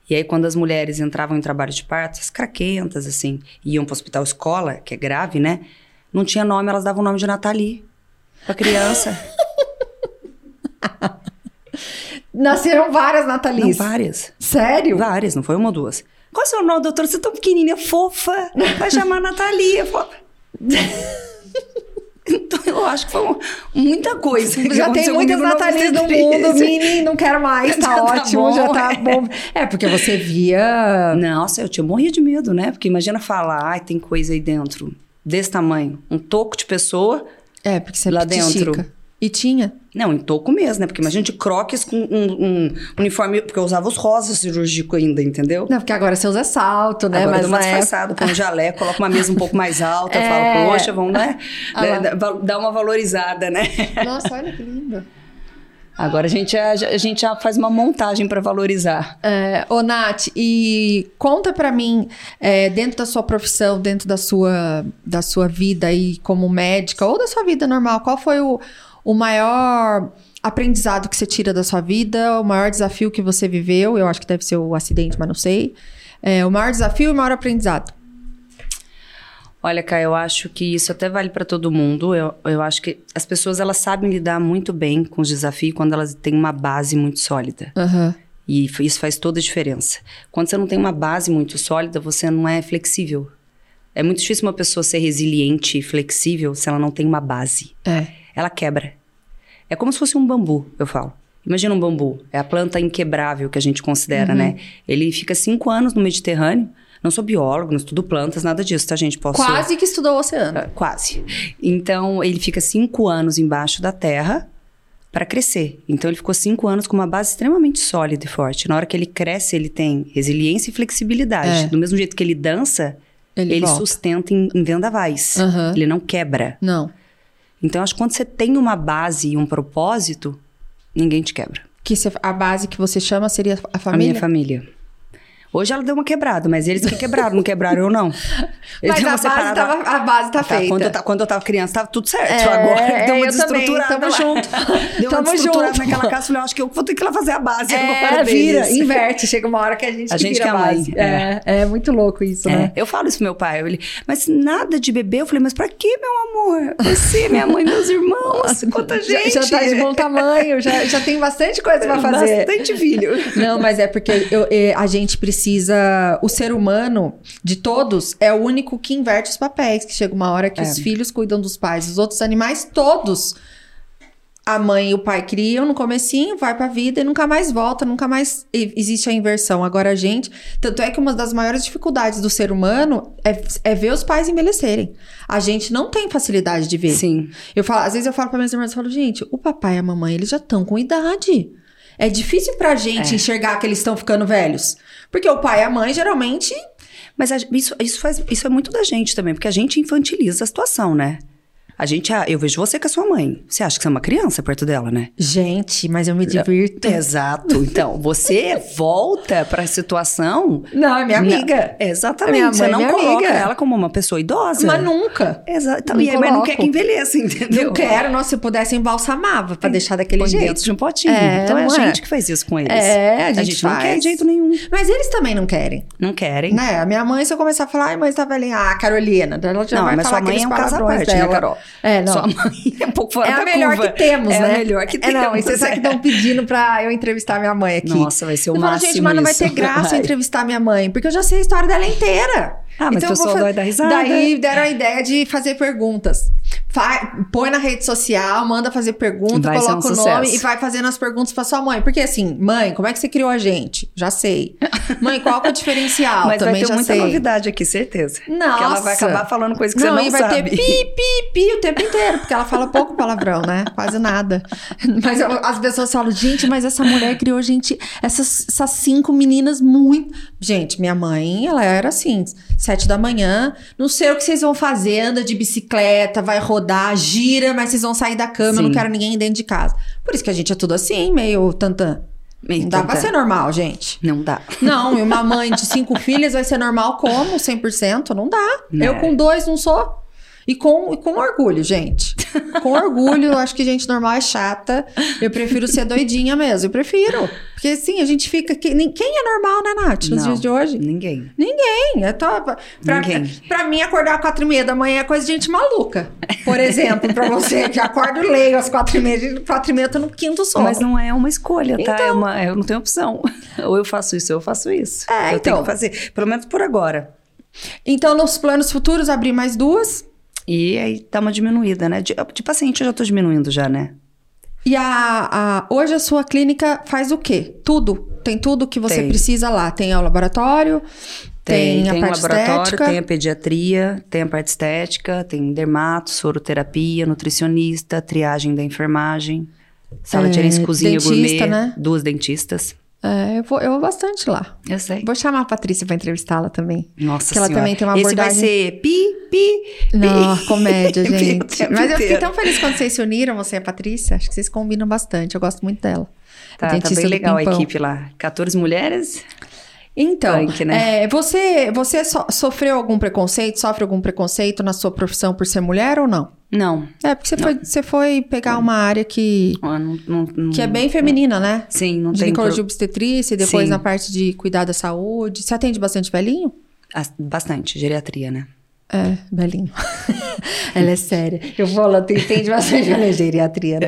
E aí, quando as mulheres entravam em trabalho de parto, as craquentas, assim, iam pro hospital escola, que é grave, né? Não tinha nome, elas davam o nome de Nathalie. Pra criança.
Nasceram várias
não,
Natalies.
várias.
Sério?
Várias, não foi uma ou duas. Qual é o seu nome, doutora? Você é tão pequenininha, fofa. Vai chamar Nathalie. Eu falo- então, eu acho que foi um- muita coisa. que
Já tem
aconteceu
muitas
comigo na
Natalies no
obstetrícia.
mundo, mini, não quero mais, tá
Já tá
ótimo,
bom,
já tá
é.
bom. É, porque você via.
Nossa, eu tinha morria de medo, né? Porque imagina falar, ai, tem coisa aí dentro desse tamanho, um toco de pessoa.
É, porque você
Lá
pitichica.
dentro.
E tinha.
Não, em toco mesmo, né? Porque imagina de croques com um, um uniforme, porque eu usava os rosas cirúrgico ainda, entendeu?
Não, porque agora você usa salto, né?
Agora eu
Mas
dou uma
na época-
disfarçada, põe um jalé, coloco uma mesa um pouco mais alta,
É.
eu falo, poxa, vamos, né?
Ah lá.
Dá- dá- Dá uma valorizada, né?
Nossa, olha que lindo.
Agora a gente já, já- a gente já faz uma montagem pra valorizar.
É, ô, Nath, e conta pra mim, é, dentro da sua profissão, dentro da sua, da sua vida aí como médica, ou da sua vida normal, qual foi o, o maior aprendizado que você tira da sua vida, o maior desafio que você viveu? Eu acho que deve ser o acidente, mas não sei. É, o maior desafio e o maior aprendizado.
Olha, Caio, eu acho que isso até vale pra todo mundo. Eu, eu acho que as pessoas elas sabem lidar muito bem com os desafios quando elas têm uma base muito sólida.
Aham.
E f- isso faz toda a diferença. Quando você não tem uma base muito sólida, você não é flexível. É muito difícil uma pessoa ser resiliente e flexível se ela não tem uma base.
É.
Ela quebra. É como se fosse um bambu, eu falo. Imagina um bambu. É a planta inquebrável que a gente considera, né? Ele fica cinco anos no Mediterrâneo. Não sou biólogo, não estudo plantas, nada disso, tá, gente? Posso...
Quase que estudou o oceano.
Ah, Quase. Então, ele fica cinco anos embaixo da terra para crescer. Então, ele ficou cinco anos com uma base extremamente sólida e forte. Na hora que ele cresce, ele tem resiliência e flexibilidade.
É.
Do mesmo jeito que ele dança,
Ele
ele,
volta.
sustenta em, em vendavais.
Aham.
Ele não quebra.
Não.
Então, acho que quando você tem uma base e um propósito, ninguém te quebra.
Que você- a base que você chama seria a
A minha
família?
família. Hoje ela deu uma quebrada, mas eles que quebraram, não quebraram eu não. Eles
Mas
deu
a
uma
base,
separada-
tava, a base tá,
Tá,
feita.
quando, eu, ta- quando eu tava criança, tava tudo certo.
É,
Então Agora deu uma
eu também,
desestruturada
tamo
lá.
junto.
Deu uma
Tamo
desestruturada
junto.
naquela casa. Falei, eu acho que eu vou ter que ir lá fazer a base
É,
agora
vira,
deles.
inverte. Chega uma hora que a gente,
A gente
vira
que é
a
mãe,
base. É. É, muito louco isso,
É,
né?
eu falo isso pro meu pai, ele, mas nada de bebê. Eu falei, mas pra que, meu amor? Você, minha mãe, meus irmãos, quanta gente.
Já, já tá de bom tamanho, já, já tem bastante coisa pra fazer.
Bastante filho.
Não, mas é porque eu- eh, a gente precisa. O ser humano, de todos, é o único que inverte os papéis. Que chega uma hora que os filhos cuidam dos pais, os outros animais, todos. A mãe e o pai criam no comecinho, vai pra vida e nunca mais volta, nunca mais e- existe a inversão. Agora a gente. Tanto é que uma das maiores dificuldades do ser humano é, é ver os pais envelhecerem. A gente não tem facilidade de ver.
Sim,
Eu falo, às vezes eu falo para minhas irmãs, eu falo, gente, o papai e a mamãe, eles já estão com idade. É difícil pra gente enxergar que eles estão ficando velhos. Porque o pai e a mãe, geralmente,
mas a- isso, isso, faz, isso é muito da gente também, porque a gente infantiliza a situação, né? A gente, ah, eu vejo você com a sua mãe. Você acha que você é uma criança perto dela, né?
gente, mas eu me divirto.
Exato. Então, você volta pra situação.
Não, é minha
Na-
amiga.
Exatamente.
Minha mãe
você
é
não
minha
coloca
amiga.
ela como uma pessoa idosa.
Mas nunca.
Exato.
Não
e aí, mas não
coloco.
quer que envelheça, entendeu?
Eu quero, nossa, se pudesse, eu embalsamava pra deixar daquele
Põe
jeito.
dentro de um potinho.
É,
então é a
não é?
gente que faz isso com eles.
É, a gente
não
faz.
quer de jeito nenhum.
Mas eles também não querem,
Não querem.
né? A minha mãe, se eu começar a falar, ai, mãe, tá velhinha, ah, Carolina, ela já
Não,
vai
mas
falar
sua mãe
aqueles
é um caso à
palavrões
parte, né,
dela.
Carol?
É, não.
Sua mãe é um pouco fora
é
da
a melhor
curva.
que temos,
é
né?
a melhor que
é,
temos. né?
Não, e você sabe que estão pedindo pra eu entrevistar minha mãe aqui.
Nossa, vai ser o
eu falo,
máximo
gente, mas não vai
isso.
ter graça eu
Vai.
entrevistar minha mãe, porque eu já sei a história dela inteira. Então,
Ah, mas o
eu vou
pessoal
fa-
vai dar risada.
Daí deram a ideia de fazer perguntas. Fa- põe na rede social, manda fazer pergunta,
Vai ser
coloca
um
o
sucesso.
nome e vai fazendo as perguntas pra sua mãe. Porque assim, mãe, como é que você criou a gente? Já sei. Mãe, qual que é o diferencial?
Mas vai
Também
ter
já
muita
sei.
novidade aqui, certeza.
Nossa.
Que ela vai acabar falando coisa que você não
e vai
sabe.
ter pi, pi, pi o tempo inteiro, porque ela fala pouco palavrão, né? Quase nada. Mas eu- as pessoas falam, gente, mas essa mulher criou, gente, essas, essas cinco meninas muito. Gente, minha mãe, ela era assim, sete da manhã, não sei o que vocês vão fazer, anda de bicicleta, vai rodar, gira, mas vocês vão sair da cama, eu não
Sim.
quero ninguém dentro de casa. Por isso que a gente é tudo assim, meio tantã.
Meio
não dá pra
tantã.
ser normal, gente.
Então tá. Não dá.
Não, e uma mãe de cinco filhas vai ser normal como? 100%? Não dá.
Né.
Eu com dois não sou. E com, e com orgulho, gente. Com orgulho, eu acho que gente normal é chata. Eu prefiro ser doidinha mesmo. Eu prefiro. Porque assim, a gente fica. que- nem- Quem é normal, né, Nath, nos
Não.
dias de hoje?
Ninguém.
Ninguém. É top. Pra,
Ninguém.
pra mim, acordar às quatro e meia da manhã é coisa de gente maluca. Por exemplo, pra você que acorda e leio às quatro e meia. Quatro e meia eu tô no quinto sono.
Mas não é uma escolha, tá?
Então.
É uma- eu não tenho opção. Ou eu faço isso, ou eu faço isso.
É,
eu tenho
então.
que fazer, pelo menos por agora.
Então, nos planos futuros, abrir mais duas.
E aí dá uma diminuída, né? De, de paciente eu já tô diminuindo já, né?
E a, a- hoje a sua clínica faz o quê? Tudo. Tem tudo que você
Tem.
precisa lá. Tem o laboratório, tem, a
tem
parte
o laboratório,
estética.
tem a pediatria, tem a parte estética, tem dermato, soroterapia, nutricionista, triagem da enfermagem, sala de
É,
herência, cozinha,
dentista,
gourmet,
né?
duas dentistas.
É, eu vou, eu vou bastante lá.
Eu sei.
Vou chamar a Patrícia pra entrevistá-la também.
Nossa
que ela
Senhora.
também tem uma
Esse
abordagem...
vai ser pi, pi, Tá, pi.
Não, comédia,
Pi o
gente.
tempo
Mas eu fiquei
inteiro.
tão feliz quando vocês se uniram, você e a Patrícia. Acho que vocês combinam bastante. Eu gosto muito dela.
Tá, tá
Dentista
bem
do
legal a
Pimpão.
equipe lá. 14 mulheres?
Então,
Punk, né?
é, você, você so- sofreu algum preconceito? Sofre algum preconceito na sua profissão por ser mulher ou não?
Não.
É, porque você, foi, você foi pegar uma área que,
Ah, não, não, não-
que é bem feminina, né?
Sim, não tem
Ginecologia
pro...
obstetrícia, e depois
Sim.
na parte de cuidar da saúde. Você atende bastante velhinho?
As- bastante, geriatria, né?
É, velhinho. Ela é séria. Eu vou lá, tu entende bastante velhinho, é geriatria. né?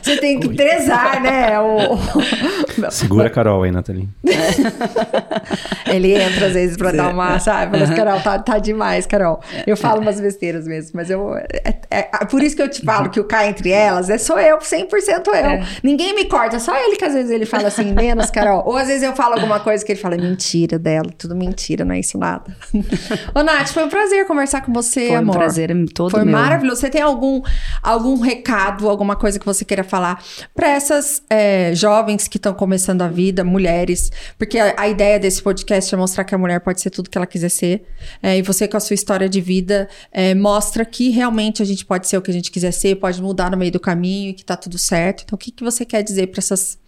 Você tem que prezar, né? O- o-
Segura a Carol aí, Nathalie.
Ele entra às vezes pra dar uma, sabe? Fala assim, Carol, tá, tá demais, Carol.
É.
Eu falo umas besteiras mesmo, mas eu... é- é- é por isso que eu te falo que o cá entre elas é só eu, 100% eu.
É.
Ninguém me corta, só ele que às vezes ele fala assim, menos, Carol. Ou às vezes eu falo alguma coisa que ele fala, mentira dela, tudo mentira, não é isso nada. Ô, Nath, foi um prazer conversar com você,
Foi um
amor.
prazer todo
Foi
meu.
maravilhoso. Você tem algum, algum recado, alguma coisa que você queira falar para essas é, jovens que estão começando a vida, mulheres? Porque a, a ideia desse podcast é mostrar que a mulher pode ser tudo que ela quiser ser. É, e você, com a sua história de vida, é, mostra que realmente a gente pode ser o que a gente quiser ser, pode mudar no meio do caminho e que tá tudo certo. Então, o que, que você quer dizer para essas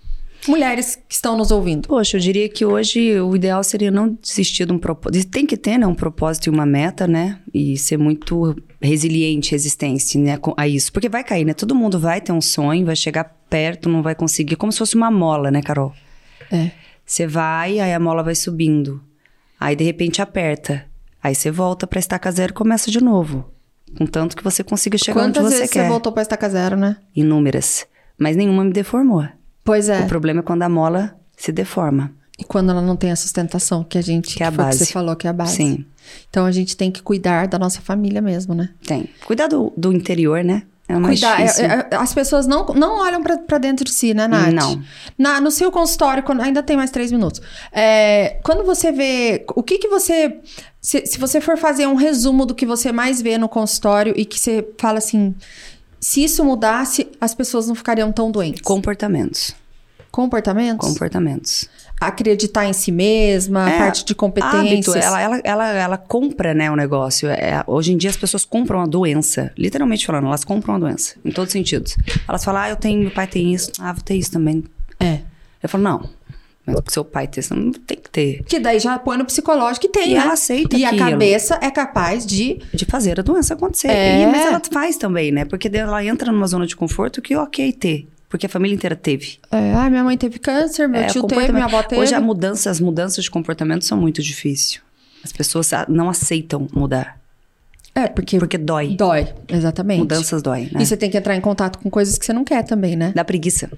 mulheres que estão nos ouvindo?
Poxa, eu diria que hoje o ideal seria não desistir de um propósito. Tem que ter, né? Um propósito e uma meta, né? E ser muito resiliente, resistente né, co- a isso. Porque vai cair, né? Todo mundo vai ter um sonho, vai chegar perto, não vai conseguir. Como se fosse uma mola, né, Carol?
É.
Você vai, aí a mola vai subindo. Aí, de repente, aperta. Aí você volta pra estaca zero e começa de novo. Contanto que você consiga chegar
Quantas
onde você
vezes
quer.
você voltou pra estaca zero, né?
Inúmeras. Mas nenhuma me deformou.
Pois é.
O problema é quando a mola se deforma.
E quando ela não tem a sustentação que a gente
Que é a
foi que
base.
você falou que é a base.
Sim,
Então a gente tem que cuidar da nossa família mesmo, né?
tem. Cuidar do, do interior, né? É o mais
Cuidar. é-
difícil.
é- as pessoas não, não olham pra, pra dentro de si, né, Nath?
Não.
Na- no seu consultório, quando- ainda tem mais três minutos. É, quando você vê. O que que você. Se, se você for fazer um resumo do que você mais vê no consultório e que você fala assim. Se isso mudasse, as pessoas não ficariam tão doentes.
Comportamentos.
Comportamentos?
Comportamentos.
Acreditar em si mesma, a
É,
parte de
Hábito,
competências.
ela, ela, ela, ela compra, né, o negócio. É, hoje em dia as pessoas compram a doença. Literalmente falando, elas compram a doença. Em todos os sentidos. Elas falam, ah, eu tenho, meu pai tem isso. Ah, vou ter isso também.
É.
Eu falo, não. Mas porque seu pai tem isso, não tem que ter.
Que daí já põe no psicológico e tem,
E
né?
ela aceita
E a
aquilo.
cabeça é capaz de.
de fazer a doença acontecer.
É.
E- mas ela faz também, né? Porque daí ela entra numa zona de conforto que ok ter. Porque a família inteira teve.
É, ah, minha mãe teve câncer, meu
É,
tio teve,
comportamento-
minha avó teve.
Hoje a mudança, as mudanças de comportamento são muito difíceis. As pessoas a- não aceitam mudar.
É, porque
Porque dói.
dói, exatamente.
Mudanças dói, né?
E você tem que entrar em contato com coisas que você não quer também, né?
Dá preguiça.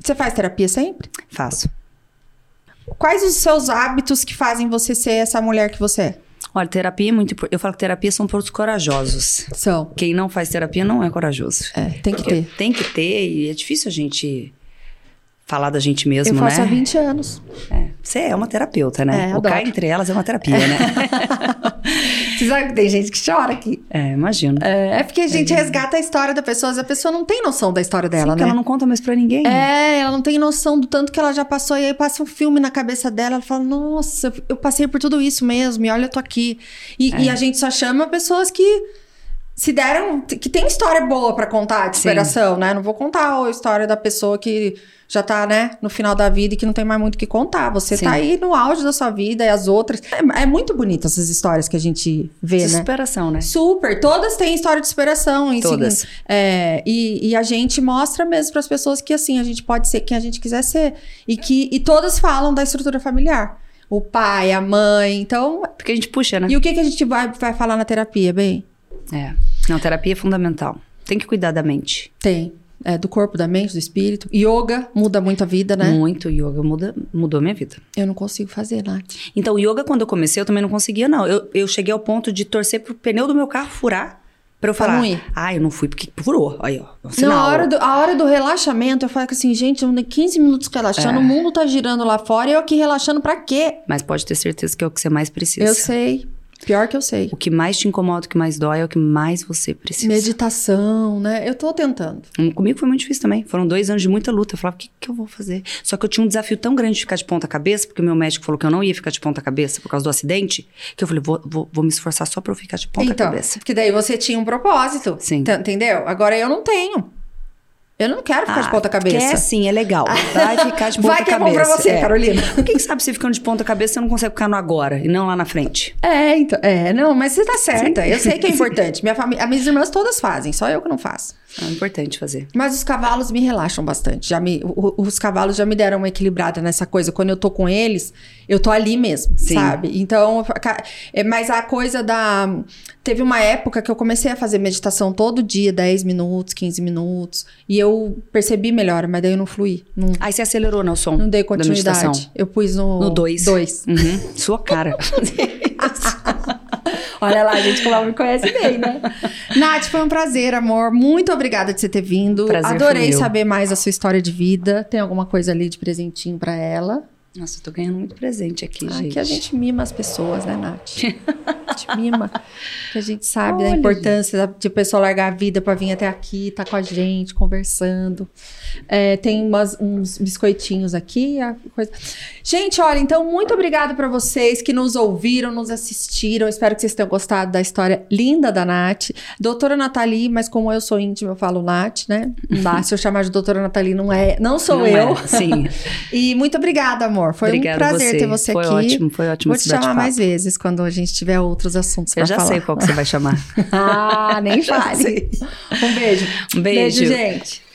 Você faz terapia sempre?
Faço.
Quais os seus hábitos que fazem você ser essa mulher que você é?
Olha, terapia é muito importante. Eu falo que terapia são todos corajosos.
São.
Quem não faz terapia não é corajoso.
É, tem que
Porque
ter.
Tem que ter e é difícil a gente falar da gente mesmo,
Eu
né?
faço há 20 anos.
É, Você é uma terapeuta, né?
É,
o
adoro.
cá entre elas é uma terapia, né?
Você sabe que tem gente que chora aqui.
é, imagino. Sim,
É, é porque a gente resgata a história da pessoa, mas a pessoa não tem noção da história dela,
porque
né?
ela não conta mais pra ninguém.
É, ela não tem noção do tanto que ela já passou. E aí passa um filme na cabeça dela. Ela fala, nossa, eu- eu passei por tudo isso mesmo. E olha, eu tô aqui. E,
É.
e a gente só chama pessoas que se deram... Que tem história boa pra contar de
Sim.
superação, né? Não vou contar a história da pessoa que já tá, né, no final da vida e que não tem mais muito o que contar. Você
Sim.
tá aí no auge da sua vida e as outras... É, é muito bonito essas histórias que a gente vê,
De
né?
superação, né?
Super, todas têm história de superação. E,
Todas.
assim, é, e, e a gente mostra mesmo para as pessoas que assim a gente pode ser quem a gente quiser ser e que e todas falam da estrutura familiar, o pai, a mãe. Então,
Porque a gente puxa, né?
e o que que a gente vai, vai falar na terapia, bem?
É. Não, terapia é fundamental. Tem que cuidar da mente.
Tem é, do corpo, da mente, do espírito. Yoga muda muito a vida, né?
Muito yoga muda, mudou a minha vida.
Eu não consigo fazer, Nath.
Então, yoga, quando eu comecei, eu também não conseguia, não. Eu, eu cheguei ao ponto de torcer pro pneu do meu carro furar pra eu
Pra
falar.
não ir.
Ah, eu não fui porque furou. Aí, ó. é um
Na
sinal.
hora do, a hora do relaxamento, eu falo assim, gente, eu 15 minutos relaxando, o mundo tá girando lá fora e eu aqui relaxando pra quê?
Mas pode ter certeza que é o que você mais precisa.
Eu sei. Pior que eu sei.
O que mais te incomoda, o que mais dói é o que mais você precisa.
Meditação, né? Eu tô tentando.
Hum, Comigo foi muito difícil também. Foram dois anos de muita luta. Eu falava, o que, que eu vou fazer? Só que eu tinha um desafio tão grande de ficar de ponta cabeça, porque o meu médico falou que eu não ia ficar de ponta cabeça por causa do acidente, que eu falei, vou, vou, vou me esforçar só pra eu ficar de ponta
então,
cabeça.
porque daí você tinha um propósito.
Sim.
tá- entendeu? Agora eu não tenho. Eu não quero ficar de ponta cabeça.
É sim, é legal. Vai ficar de ponta
Ah, Vai que
cabeça.
é bom pra você,
é.
Carolina.
Quem sabe você ficando de ponta cabeça, você não consegue ficar no agora e não lá na frente.
É, então. É, não, mas você tá certa. Eu sei que é importante. Minha família, as minhas irmãs todas fazem, só eu que não faço.
É importante fazer.
Mas os cavalos me relaxam bastante. Já me, o- os cavalos já me deram uma equilibrada nessa coisa. Quando eu tô com eles, eu tô ali mesmo,
Sim.
sabe? Então, ca- é, mas a coisa da. Teve uma época que eu comecei a fazer meditação todo dia, 10 minutos, 15 minutos. E eu percebi melhor, mas daí eu não fluí. Não,
Aí você acelerou, não, o som.
não dei
da meditação.
continuidade. Eu pus no.
No dois.
Dois.
Uhum, sua cara.
Olha lá, gente, como ela me conhece bem, né? Nath, foi um prazer, amor. Muito obrigada de você ter vindo.
Prazer foi
Adorei
meu.
saber mais da sua história de vida. Tem alguma coisa ali de presentinho pra ela?
Nossa, eu tô ganhando muito presente aqui,
Ah,
gente.
que a gente mima as pessoas, né, Nath? A gente mima. Que a gente sabe da
Olha,
importância da- de a pessoa largar a vida pra vir até aqui, tá com a gente, conversando. É, tem umas- uns biscoitinhos aqui. a coisa- Gente, olha, então, muito obrigada pra vocês que nos ouviram, nos assistiram. Espero que vocês tenham gostado da história linda da Nath. Doutora Nathalie, mas como eu sou íntima, eu falo Nath, né? Não dá. Se eu chamar de doutora Nathalie, não é. Não sou
Não
eu.
é? Sim.
E muito obrigada, amor. Foi
Obrigada
um prazer
você.
ter você
Foi
aqui.
ótimo, foi ótimo
Vou
esse
te chamar
bate-papo.
mais vezes quando a gente tiver outros assuntos pra
Eu já
falar.
sei qual que você vai chamar.
Ah, nem
é. Já
fale.
sei.
Um beijo.
Um
Beijo,
beijo.
gente.